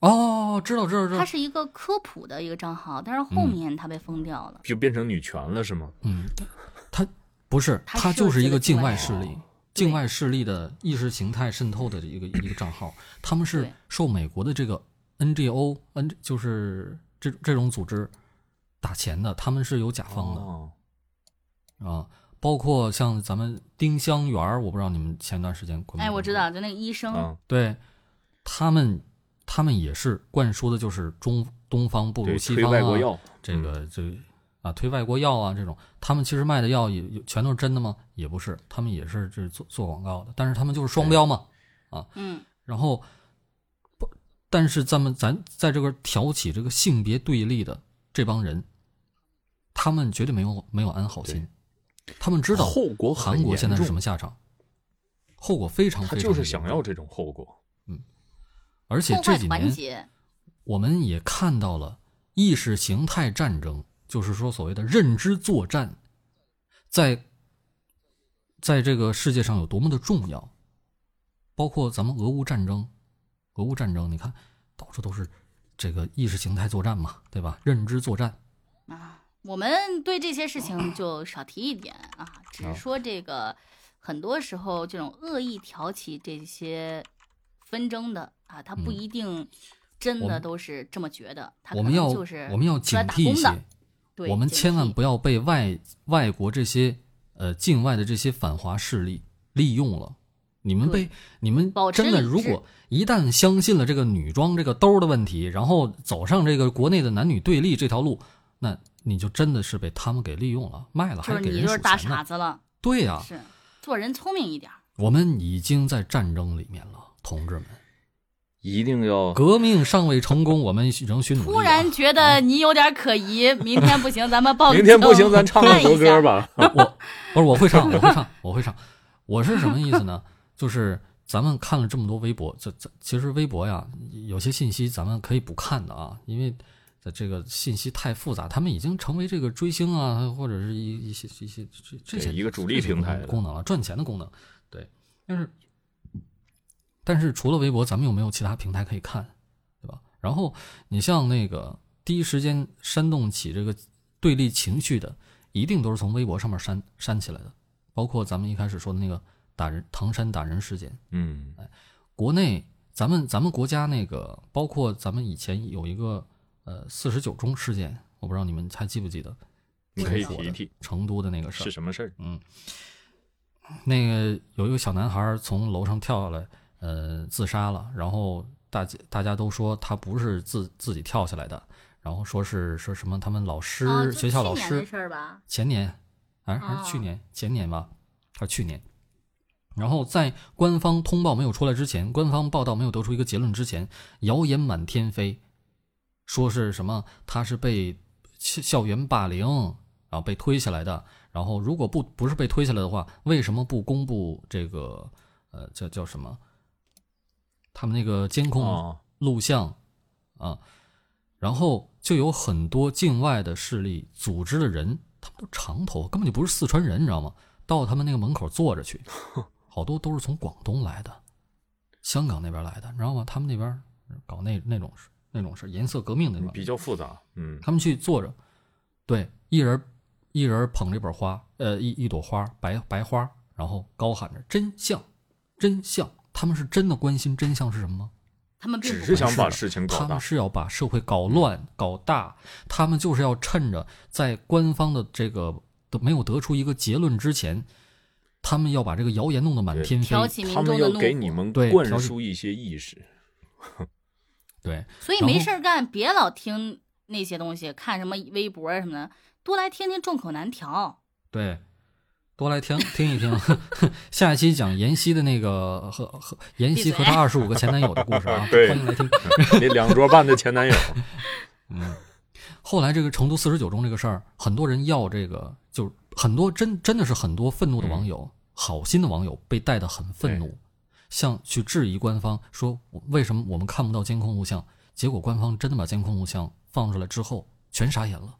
Speaker 1: 就是哦，知道知道知
Speaker 2: 它
Speaker 1: 道，
Speaker 2: 是一个科普的一个账号，但是后面它被封掉了。
Speaker 3: 就变成女权了，是吗？
Speaker 1: 嗯，他不是，
Speaker 2: 它
Speaker 1: 他就是
Speaker 2: 涉及
Speaker 1: 一个
Speaker 2: 了境
Speaker 1: 境
Speaker 2: 外
Speaker 1: 外
Speaker 2: 势
Speaker 1: 势
Speaker 2: 力
Speaker 1: 力，境外势力的意识形态渗透的一个一个账号，他们是
Speaker 2: 对
Speaker 1: 受美国的这个 NGO N 就是这这种组织打钱的，他们是有甲方的。
Speaker 3: 哦
Speaker 1: 啊，包括像咱们丁香园儿，我不知道你们前段时间关没
Speaker 2: 哎，我
Speaker 1: 关
Speaker 2: 知
Speaker 1: 注，
Speaker 2: 道，就那个医生，
Speaker 3: 啊，
Speaker 1: 对他们，他们也是灌输的就是中东方不
Speaker 3: 对，
Speaker 1: 如西
Speaker 3: 推
Speaker 1: 方
Speaker 3: 外国
Speaker 1: 啊，
Speaker 3: 药，嗯
Speaker 1: 这个这个啊推外国药啊这种，他们其实卖的药也也全都是真的吗？也不是，他们也是这做做广告的，但是他们就是双标嘛。
Speaker 2: 嗯，
Speaker 1: 然后不，但是咱们咱在这个挑起这个性别对立的这帮人，他们绝对没有没有安好心，他们知道
Speaker 3: 后果很
Speaker 1: 韩国现在是
Speaker 3: 严
Speaker 1: 什
Speaker 3: 重
Speaker 1: 么下场，后果非常
Speaker 3: 他
Speaker 1: 非常
Speaker 3: 就是
Speaker 1: 严
Speaker 3: 想
Speaker 1: 重
Speaker 3: 要，这种后果。
Speaker 1: 而且
Speaker 2: 破
Speaker 1: 这
Speaker 2: 坏
Speaker 1: 几
Speaker 2: 团
Speaker 1: 年
Speaker 2: 结，
Speaker 1: 我们也看到了意识形态战争，就是说所谓的认知作战，在在这个世界上有多么的重要，包括咱们俄乌战争，俄乌战争，你看到处都是这个意识形态作战嘛，对吧？认知作战，
Speaker 2: 啊，我们对这些事情就少提一点啊，只是说这个很多时候这种恶意挑起这些纷争的啊，他不
Speaker 1: 嗯
Speaker 2: 一定真
Speaker 1: 我
Speaker 2: 的
Speaker 1: 们
Speaker 2: 都是这么觉得，他
Speaker 1: 我
Speaker 2: 啊可
Speaker 1: 们
Speaker 2: 能
Speaker 1: 要
Speaker 2: 就是
Speaker 1: 我们要
Speaker 2: 出
Speaker 1: 警
Speaker 2: 来打
Speaker 1: 惕一
Speaker 2: 工的
Speaker 1: 些，，
Speaker 2: 对，
Speaker 1: 我们
Speaker 2: 警
Speaker 1: 千万
Speaker 2: 惕
Speaker 1: 不要被外外国这些呃境外的这些反华势力利用了。你们
Speaker 2: 对
Speaker 1: 被你们
Speaker 2: 保持
Speaker 1: 真的，
Speaker 2: 理
Speaker 1: 如
Speaker 2: 智
Speaker 1: 果一旦相信了这个女装这个兜儿的问题，然后走上这个国内的男女对立这条路，那你就真的是被他们给利用了，卖了
Speaker 2: 就
Speaker 1: 还
Speaker 2: 是
Speaker 1: 给
Speaker 2: 你
Speaker 1: 人
Speaker 2: 就是
Speaker 1: 数
Speaker 2: 大
Speaker 1: 钱
Speaker 2: 傻
Speaker 1: 呢。啊
Speaker 2: 子了，
Speaker 1: 对呀、
Speaker 2: 是做人聪明一点儿，
Speaker 1: 我们已经在战争里面了，同志们，
Speaker 3: 一定要
Speaker 1: 革命尚未成功，我们仍需努力、啊。
Speaker 2: 突然觉得你有点可疑，明天不行，咱们报个
Speaker 3: 明天不
Speaker 2: 警
Speaker 3: 行，咱唱
Speaker 2: 看
Speaker 3: 个
Speaker 2: 哦一
Speaker 3: 国
Speaker 2: 下
Speaker 3: 歌吧。
Speaker 1: 我不是我会唱，我会唱，我会唱。我是什么意思呢？就是咱们看了这么多微博，这这其实微博呀，有些信息咱们可以不看的啊，因为在这个信息太复杂，他们已经成为这个追星啊，或者是一一些一些这这些
Speaker 3: 对一个主力
Speaker 1: 这些
Speaker 3: 平台的
Speaker 1: 功能了，赚钱的功能。对，但是但是除了微博，咱们又没有其他平台可以看，对吧？然后你像那个第一时间煽动起这个对立情绪的，一定都是从微博上面删删起来的，包括咱们一开始说的那个打人唐山打人事件，
Speaker 3: 嗯，
Speaker 1: 国内咱们咱们国家那个，包括咱们以前有一个呃四十九中事件，我不知道你们还记不记得？
Speaker 3: 你可以
Speaker 1: 挺火
Speaker 3: 提一
Speaker 1: 的
Speaker 3: 提
Speaker 1: 成都的那个事儿
Speaker 3: 是，什么事儿？
Speaker 1: 那个有一个小男孩儿从楼上跳下来，呃，自杀了。然后大家大家都说他不是自自己跳下来的，然后说是说什么他们老师、
Speaker 2: 啊就
Speaker 1: 学校
Speaker 2: 去
Speaker 1: 老
Speaker 2: 年
Speaker 1: 师
Speaker 2: 的事儿吧，
Speaker 1: 前年，还还是去
Speaker 2: 哦
Speaker 1: 年、前年吧，还是去年。然后在官方通报没有出来之前，官方报道没有得出一个结论之前，谣言满天飞，说是什么他是被校校园霸凌，然后被推下来的。然后如果不不是被推下来的话，为什么不公布这个呃叫叫什么？他们那个监控
Speaker 3: 哦，
Speaker 1: 录像啊，然后就有很多境外的势力组织的人，他们都长头，根本就不是四川人，你知道吗？到他们那个门口坐着去，好多都是从广东来的，香港那边来的，你知道吗？他们那边搞那那种事，那种事，颜色革命那种，
Speaker 3: 比较复杂。嗯，
Speaker 1: 他们去坐着，对，一人一人捧着一本花，呃，一一朵花，白白花，然后高喊着真相，真相。他们是真的关心真相是什么吗？
Speaker 2: 他们并
Speaker 3: 只
Speaker 2: 不
Speaker 3: 是
Speaker 2: 会
Speaker 3: 想
Speaker 1: 是
Speaker 3: 把
Speaker 1: 的
Speaker 3: 事情
Speaker 1: 他
Speaker 3: 搞
Speaker 1: 们
Speaker 3: 大。
Speaker 1: 是要把社会搞乱、搞大，他们就是要趁着在官方的这个都没有得出一个结论之前，他们要把这个谣言弄得满
Speaker 3: 对
Speaker 1: 天飞
Speaker 2: 挑。起民
Speaker 3: 他们
Speaker 2: 众的
Speaker 3: 要
Speaker 2: 怒
Speaker 3: 给你
Speaker 2: 火，
Speaker 3: 们
Speaker 1: 对
Speaker 3: 灌
Speaker 1: 调整
Speaker 3: 输一些意识。，
Speaker 1: 对，
Speaker 2: 所以
Speaker 1: 然
Speaker 2: 没
Speaker 1: 后
Speaker 2: 事儿干别老听那些东西，看什么微博啊什么的，多来听听众口难调。
Speaker 1: 对，多来听听一听。 下一期讲妍希的那个和和妍
Speaker 2: 闭
Speaker 1: 希和
Speaker 2: 嘴
Speaker 1: 她二十五个前男友的故事啊
Speaker 3: 对
Speaker 1: 欢迎来听。
Speaker 3: 你两桌半的前男友，
Speaker 1: 后来这个成都四十九中这个事儿，很多人要这个，就是很多真真的是很多愤怒的网友，好心的网友被带得很愤怒，像去质疑官方说为什么我们看不到监控录像，结果官方真的把监控录像放出来之后，全傻 眼了。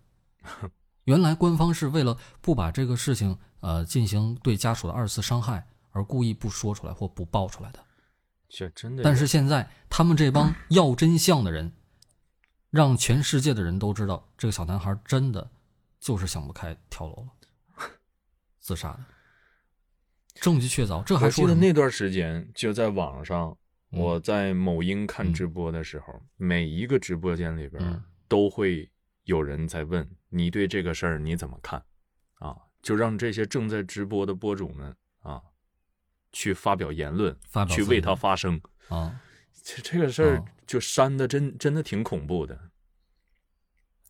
Speaker 1: 原来官方是为了不把这个事情呃进行对家属的二次伤害而故意不说出来或不爆出来的。
Speaker 3: 这真的有。
Speaker 1: 但是现在他们这帮要真相的人，让全世界的人都知道，这个小男孩真的就是想不开跳楼了，自杀 的。证据确凿，这还
Speaker 3: 我记
Speaker 1: 啊说什
Speaker 3: 得
Speaker 1: 么？
Speaker 3: 那段时间就在网上，
Speaker 1: 嗯
Speaker 3: 我在某音看
Speaker 1: 嗯
Speaker 3: 直播的时候，每一个直播间里边
Speaker 1: 嗯
Speaker 3: 都会有人在问你对这个事儿你怎么看啊？就让这些正在直播的播主们啊，去发表言论，
Speaker 1: 发表
Speaker 3: 去
Speaker 1: 自
Speaker 3: 为
Speaker 1: 己
Speaker 3: 他发声。
Speaker 1: 啊，
Speaker 3: 这这个事儿
Speaker 1: 哦
Speaker 3: 就删的真真的挺恐怖的。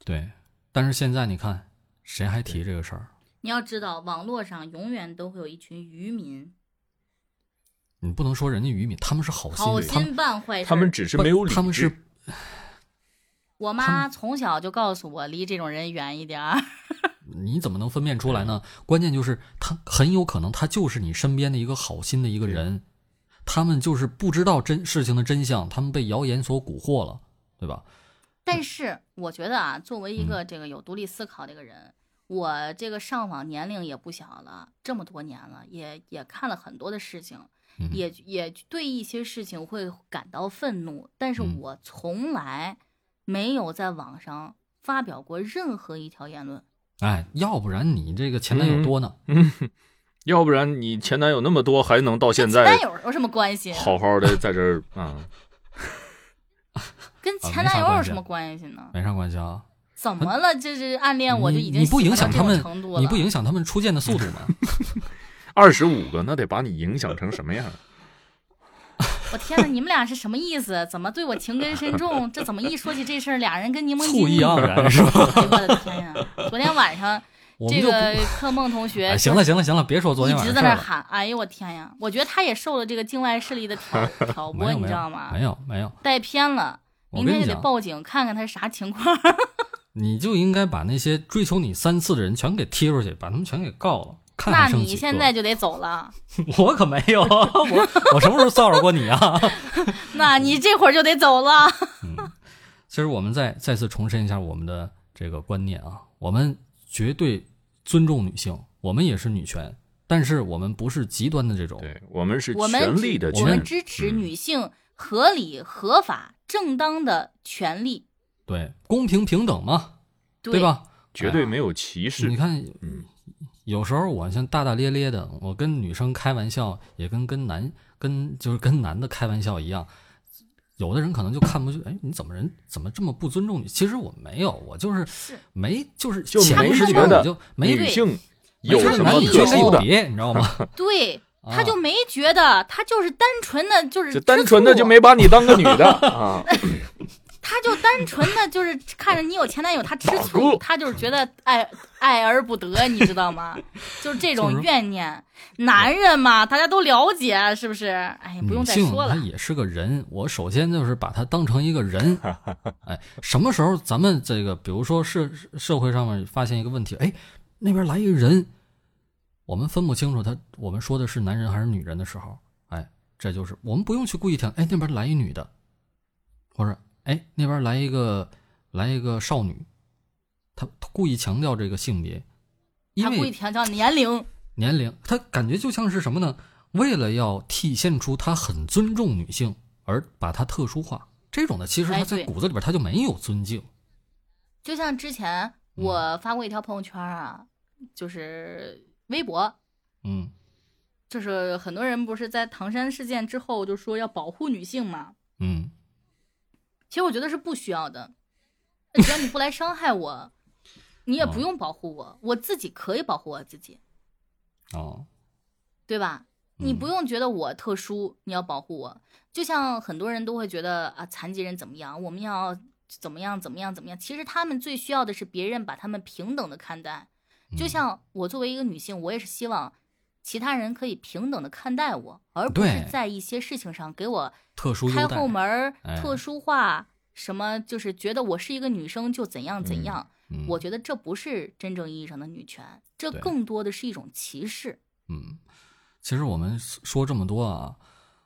Speaker 1: 对。但是现在你看，谁还提这个事儿？
Speaker 2: 你要知道，网络上永远都会有一群愚民，
Speaker 1: 你不能说人家愚民，他们是好心
Speaker 2: 好
Speaker 1: 人，他们
Speaker 2: 心办坏事。
Speaker 3: 他们只是没有理
Speaker 1: 他们
Speaker 3: 智
Speaker 1: 是，
Speaker 2: 我妈从小就告诉我，离这种人远一点儿。
Speaker 1: 你怎么能分辨出来呢？关键就是他很有可能他就是你身边的一个好心的一个人，他们就是不知道真事情的真相，他们被谣言所蛊惑了，对吧？嗯
Speaker 2: 但是我觉得啊，作为一个这个有独立思考的一个人，我这个上网年龄也不小了，这么多年了，也也看了很多的事情，
Speaker 1: 嗯
Speaker 2: 也也对一些事情会感到愤怒，但是
Speaker 1: 嗯
Speaker 2: 我从来没有在网上发表过任何一条言论。
Speaker 1: 哎，要不然你这个前男友多呢，
Speaker 3: 要不然你前男友那么多，还能到现
Speaker 2: 跟前
Speaker 3: 在
Speaker 2: 男友有什么关系？
Speaker 3: 好好的在这儿啊？
Speaker 2: 跟
Speaker 1: 啊
Speaker 2: 前
Speaker 1: 没啥
Speaker 2: 男友
Speaker 1: 关
Speaker 2: 有
Speaker 1: 系
Speaker 2: 什
Speaker 1: 啊
Speaker 2: 么关系呢？
Speaker 1: 没啥关系啊。
Speaker 2: 怎么了？这是暗恋我就已
Speaker 1: 你
Speaker 2: 经
Speaker 1: 你不
Speaker 2: 喜欢
Speaker 1: 影响他
Speaker 2: 到这种
Speaker 1: 们
Speaker 2: 程度，了，
Speaker 1: 你不影响他们出现的速度 吗？
Speaker 3: 二十五个，那得把你影响成什么样？
Speaker 2: 我天哪，你们俩是什么意思？怎么对我情根深重？这怎么一说起这事儿，俩人跟柠檬
Speaker 1: 醋意
Speaker 2: 精？
Speaker 1: 盎然是吧？
Speaker 2: 哎呦我的天呀！昨天晚上
Speaker 1: 我们
Speaker 2: 这
Speaker 1: 就不
Speaker 2: 个柯梦同学、
Speaker 1: 哎，行了，行了行了，别说昨天
Speaker 2: 一
Speaker 1: 晚
Speaker 2: 直
Speaker 1: 上
Speaker 2: 在
Speaker 1: 事
Speaker 2: 那
Speaker 1: 儿了。
Speaker 2: 喊，哎呦我天呀！我觉得他也受了这个境外势力 的挑挑
Speaker 1: 没
Speaker 2: 拨，
Speaker 1: 有
Speaker 2: 你
Speaker 1: 没
Speaker 2: 知道
Speaker 1: 有
Speaker 2: 吗？
Speaker 1: 没有没有，
Speaker 2: 带偏了，
Speaker 1: 我
Speaker 2: 明
Speaker 1: 跟
Speaker 2: 天
Speaker 1: 你
Speaker 2: 就得
Speaker 1: 讲，
Speaker 2: 报警看看他是啥情况。
Speaker 1: 你就应该把那些追求你三次的人全给踢出去，把他们全给告了，看
Speaker 2: 那
Speaker 1: 还剩
Speaker 2: 你
Speaker 1: 几
Speaker 2: 现
Speaker 1: 个
Speaker 2: 在就得走了，
Speaker 1: 我可没有，我我什么时候骚扰过你啊？
Speaker 2: 那
Speaker 1: 嗯
Speaker 2: 你这会儿就得走了。
Speaker 1: 其实我们再再次重申一下我们的这个观念啊，我们绝对尊重女性，我们也是女权，但是我们不是极端的这种。
Speaker 3: 对我们是
Speaker 2: 哦我们
Speaker 3: 权力的
Speaker 2: 支
Speaker 3: 权，
Speaker 2: 我们支持
Speaker 3: 嗯
Speaker 2: 女性合理、合法、正当的权利，
Speaker 1: 对，公平平等嘛，
Speaker 2: 对
Speaker 1: 对？吧？
Speaker 3: 绝对没有歧视
Speaker 1: 你。看
Speaker 3: 嗯，
Speaker 1: 有时候我像大大咧咧的，我跟女生开玩笑，也跟跟男跟就是跟男的开玩笑一样。有的人可能就看不去，哎，你怎么人怎么这么不尊重你？其实我没有，我就是没就是
Speaker 3: 就没
Speaker 1: 潜意识里
Speaker 2: 觉
Speaker 1: 边
Speaker 3: 得
Speaker 1: 我就没
Speaker 3: 女性有
Speaker 1: 没
Speaker 3: 什
Speaker 1: 男
Speaker 3: 么
Speaker 1: 女
Speaker 2: 觉
Speaker 1: 之
Speaker 2: 得
Speaker 3: 特
Speaker 1: 间
Speaker 3: 殊
Speaker 1: 有
Speaker 3: 的？
Speaker 1: 别，你知道吗？
Speaker 2: 对，
Speaker 1: 啊
Speaker 2: 他就没觉得，他就是单纯的，就是
Speaker 3: 就单纯的就没，把你当个女 的啊？
Speaker 2: 他就单纯的就是看着你有前男友，他吃
Speaker 3: 老
Speaker 2: 醋
Speaker 3: 公，
Speaker 2: 他就是觉得爱爱而不得，你知道吗？就是这
Speaker 1: 就是
Speaker 2: 种怨念。男人嘛，大家都了解，是不是？哎呀，不用
Speaker 1: 女
Speaker 2: 再
Speaker 1: 性啊
Speaker 2: 说
Speaker 1: 她
Speaker 2: 了。
Speaker 1: 也是个人，我首先就是把她当成一个 人。哎，什么时候咱们这个，比如说社社会上面发现一个问题，哎，那边来一个人，我们分不清楚他我们说的是男人还是女人的时候，哎，这就是我们不用去故意挑，哎，那边来一女的，或者哎那边来一个来一个少女，他他故意强调这个性别，因
Speaker 2: 他故意
Speaker 1: 为
Speaker 2: 强调年龄，
Speaker 1: 年龄，他感觉就像是什么呢？为了要体现出他很尊重女性，而把她特殊化，这种的其实
Speaker 2: 哎
Speaker 1: 他在
Speaker 2: 对
Speaker 1: 骨子里边他就没有尊敬。
Speaker 2: 就像之前我发过一条朋友圈啊，就是微博，
Speaker 1: 嗯
Speaker 2: 就是很多人不是在唐山事件之后就说要保护女性嘛，
Speaker 1: 嗯，
Speaker 2: 其实我觉得是不需要的，只要你不来伤害我，你也不用保护我，我自己可以保护我自己，
Speaker 1: 哦，
Speaker 2: 对吧？你
Speaker 1: 嗯
Speaker 2: 不用觉得我特殊，你要保护我。就像很多人都会觉得啊，残疾人怎么样，我们要怎么样怎么样怎么样。其实他们最需要的是别人把他们平等的看待。就
Speaker 1: 嗯
Speaker 2: 像我作为一个女性，我也是希望其他人可以平等的看待我，而不
Speaker 1: 对
Speaker 2: 是在一些事情上给我
Speaker 1: 特殊
Speaker 2: 开
Speaker 1: 优待
Speaker 2: 后门儿、
Speaker 1: 哎
Speaker 2: 特殊化，什么就是觉得我是一个女生就怎样
Speaker 3: 嗯
Speaker 2: 怎样。
Speaker 1: 嗯
Speaker 2: 我觉得这不是真正意义上的女权，这
Speaker 1: 对
Speaker 2: 更多的是一种歧视。
Speaker 1: 嗯，其实我们说这么多啊，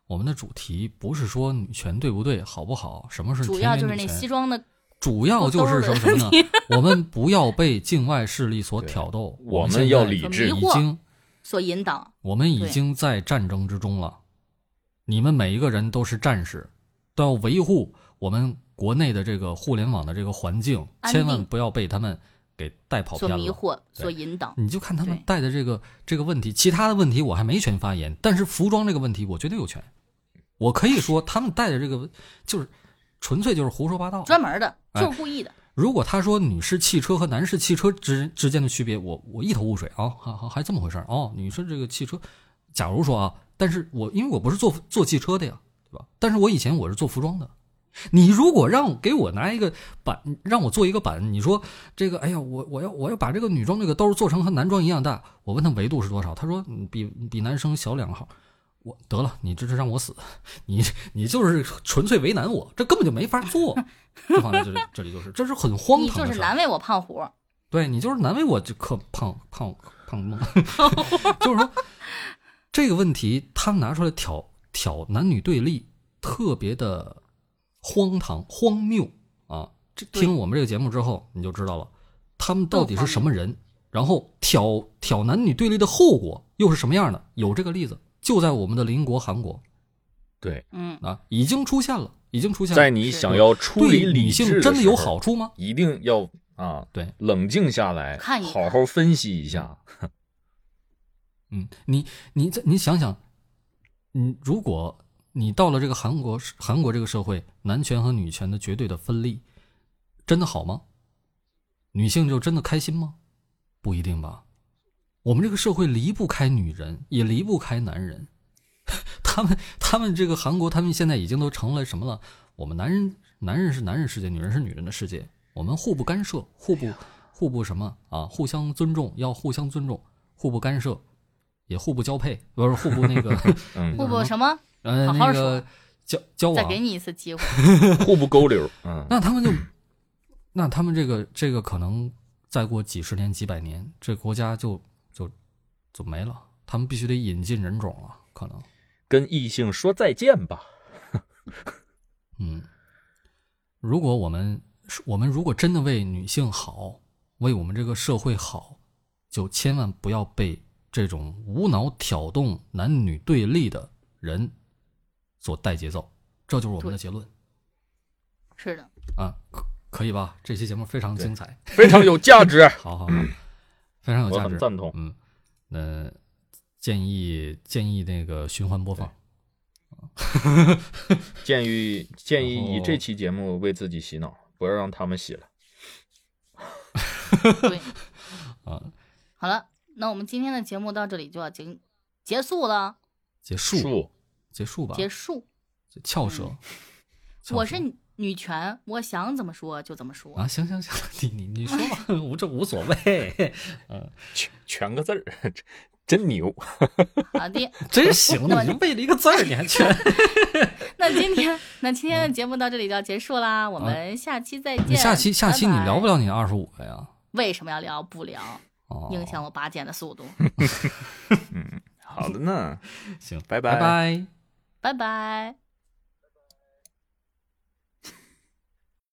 Speaker 1: 我们的主题不是说女权对不对、好不好，什么是
Speaker 2: 主
Speaker 1: 田
Speaker 2: 要
Speaker 1: 园
Speaker 2: 就是
Speaker 1: 女
Speaker 2: 那
Speaker 1: 权
Speaker 2: 西装的
Speaker 1: 主要就是什么什么呢？我们不要被境外势力所
Speaker 3: 对
Speaker 1: 挑逗，
Speaker 3: 我
Speaker 1: 们
Speaker 3: 们
Speaker 1: 现
Speaker 3: 要
Speaker 1: 在
Speaker 3: 理
Speaker 2: 很
Speaker 3: 智
Speaker 2: 迷
Speaker 1: 已
Speaker 2: 惑
Speaker 1: 经
Speaker 2: 所引导。
Speaker 1: 我们已
Speaker 2: 对
Speaker 1: 经在战争之中了，你们每一个人都是战士，都要维护我们国内的这个互联网的这个环境，
Speaker 2: 安定
Speaker 1: 千万不要被他们给带跑
Speaker 2: 所
Speaker 1: 偏
Speaker 2: 迷
Speaker 1: 了。
Speaker 2: 惑、
Speaker 1: 对
Speaker 2: 所引导。
Speaker 1: 你就看他们
Speaker 2: 对
Speaker 1: 带的这个这个问题，其他的问题我还没权发言，但是服装这个问题我绝对有权，我可以说他们带的这个就是纯粹就是胡说八道。
Speaker 2: 专门的，
Speaker 1: 哎
Speaker 2: 就是故意的。
Speaker 1: 如果他说女士汽车和男士汽车之之间的区别，我我一头雾水啊，还还还这么回事儿哦。女士这个汽车，假如说啊，但是我因为我不是做做汽车的呀，对吧？但是我以前我是做服装的。你如果让我给我拿一个板，让我做一个板，你说这个，哎呀，我我要我要把这个女装这个兜做成和男装一样大，我问他维度是多少，他说嗯比比男生小两号，我得了，你这是让我死，你你就是纯粹为难我，这根本就没法 做。这方面就是这里就是，这是很荒
Speaker 2: 你
Speaker 1: 唐
Speaker 2: 就
Speaker 1: 的
Speaker 2: 是
Speaker 1: 事儿。
Speaker 2: 难为我胖虎，
Speaker 1: 对你就是难为我这可胖胖胖梦， 就是说这个问题他们拿出来挑挑男女对立，特别的荒唐荒谬啊！这
Speaker 2: 对
Speaker 1: 听我们这个节目之后你就知道了，他们到底是什么人，然后挑挑男女对立的后果又是什么样的？有这个例子，就在我们的邻国韩国
Speaker 3: 对，
Speaker 2: 嗯，
Speaker 1: 啊，已经出现了，已经出现了。
Speaker 3: 在你想要处理
Speaker 1: 对
Speaker 3: 理
Speaker 1: 女性
Speaker 3: 性
Speaker 1: 真的有好，处吗？
Speaker 3: 一定要啊，
Speaker 1: 对，
Speaker 3: 冷静下来，
Speaker 2: 看一看
Speaker 3: 好好分析一下。
Speaker 1: 嗯，你你这你想想，嗯，如果你到了这个韩国韩国这个社会，男权和女权的绝对的分立，真的好吗？女性就真的开心吗？不一定吧。我们这个社会离不开女人，也离不开男人。 他们他们这个韩国，他们现在已经都成了什么了？我们男人男人是男人世界，女人是女人的世界，我们互不干涉，互不互不什么啊？互相尊重，要互相尊重，互不干涉，也互不交配，不是互不那 个
Speaker 3: 嗯，
Speaker 2: 不不什么，
Speaker 1: 呃
Speaker 2: 好好
Speaker 1: 那
Speaker 2: 说
Speaker 1: 个交交
Speaker 2: 再
Speaker 1: 往啊
Speaker 2: 给。你一次机会。
Speaker 3: 互不勾留，嗯，
Speaker 1: 那他们就，那他们这个这个可能再过几十年几百年，这国家就就就没了。他们必须得引进人种了，可能。
Speaker 3: 跟异性说再见吧。
Speaker 1: 嗯，如果我们我们如果真的为女性好，为我们这个社会好，就千万不要被这种无脑挑动男女对立的人所带节奏。这就是我们的结论
Speaker 2: 是的，
Speaker 1: 啊，可可以吧？这期节目非常精彩，
Speaker 3: 非常有价值，
Speaker 1: 好好好，非常有
Speaker 3: 我
Speaker 1: 价值
Speaker 3: 很。赞同。
Speaker 1: 嗯，那建议建议那个循环播放。
Speaker 3: 建议建
Speaker 1: 然
Speaker 3: 议
Speaker 1: 后
Speaker 3: 以这期节目为自己洗脑，不要让他们洗了。
Speaker 2: 对，
Speaker 1: 啊，
Speaker 2: 好了，那我们今天的节目到这里就要结结束了，
Speaker 1: 结束
Speaker 3: 树
Speaker 1: 结束吧，
Speaker 2: 结束。
Speaker 1: 翘舌。翘
Speaker 2: 我
Speaker 1: 舌
Speaker 2: 是女权，我想怎么说就怎么说。
Speaker 1: 啊，行行行， 你你你说吧，我这无所谓，
Speaker 3: 全全个字儿， 真真牛。
Speaker 2: 好的，
Speaker 1: 真行
Speaker 2: 那
Speaker 1: 了，你就为了一个字儿，你还全。
Speaker 2: 那今天那今天的节目到这里就要结束啦，我们下期再见。
Speaker 1: 啊你下期下期你
Speaker 2: 拜拜
Speaker 1: 聊不了你二十五个呀？
Speaker 2: 为什么要聊？不聊，
Speaker 1: 哦，
Speaker 2: 影响我拔剑 的速度。
Speaker 3: 好的呢，
Speaker 1: 行，
Speaker 3: 拜
Speaker 1: 拜
Speaker 3: 拜
Speaker 1: 拜。
Speaker 2: 拜拜。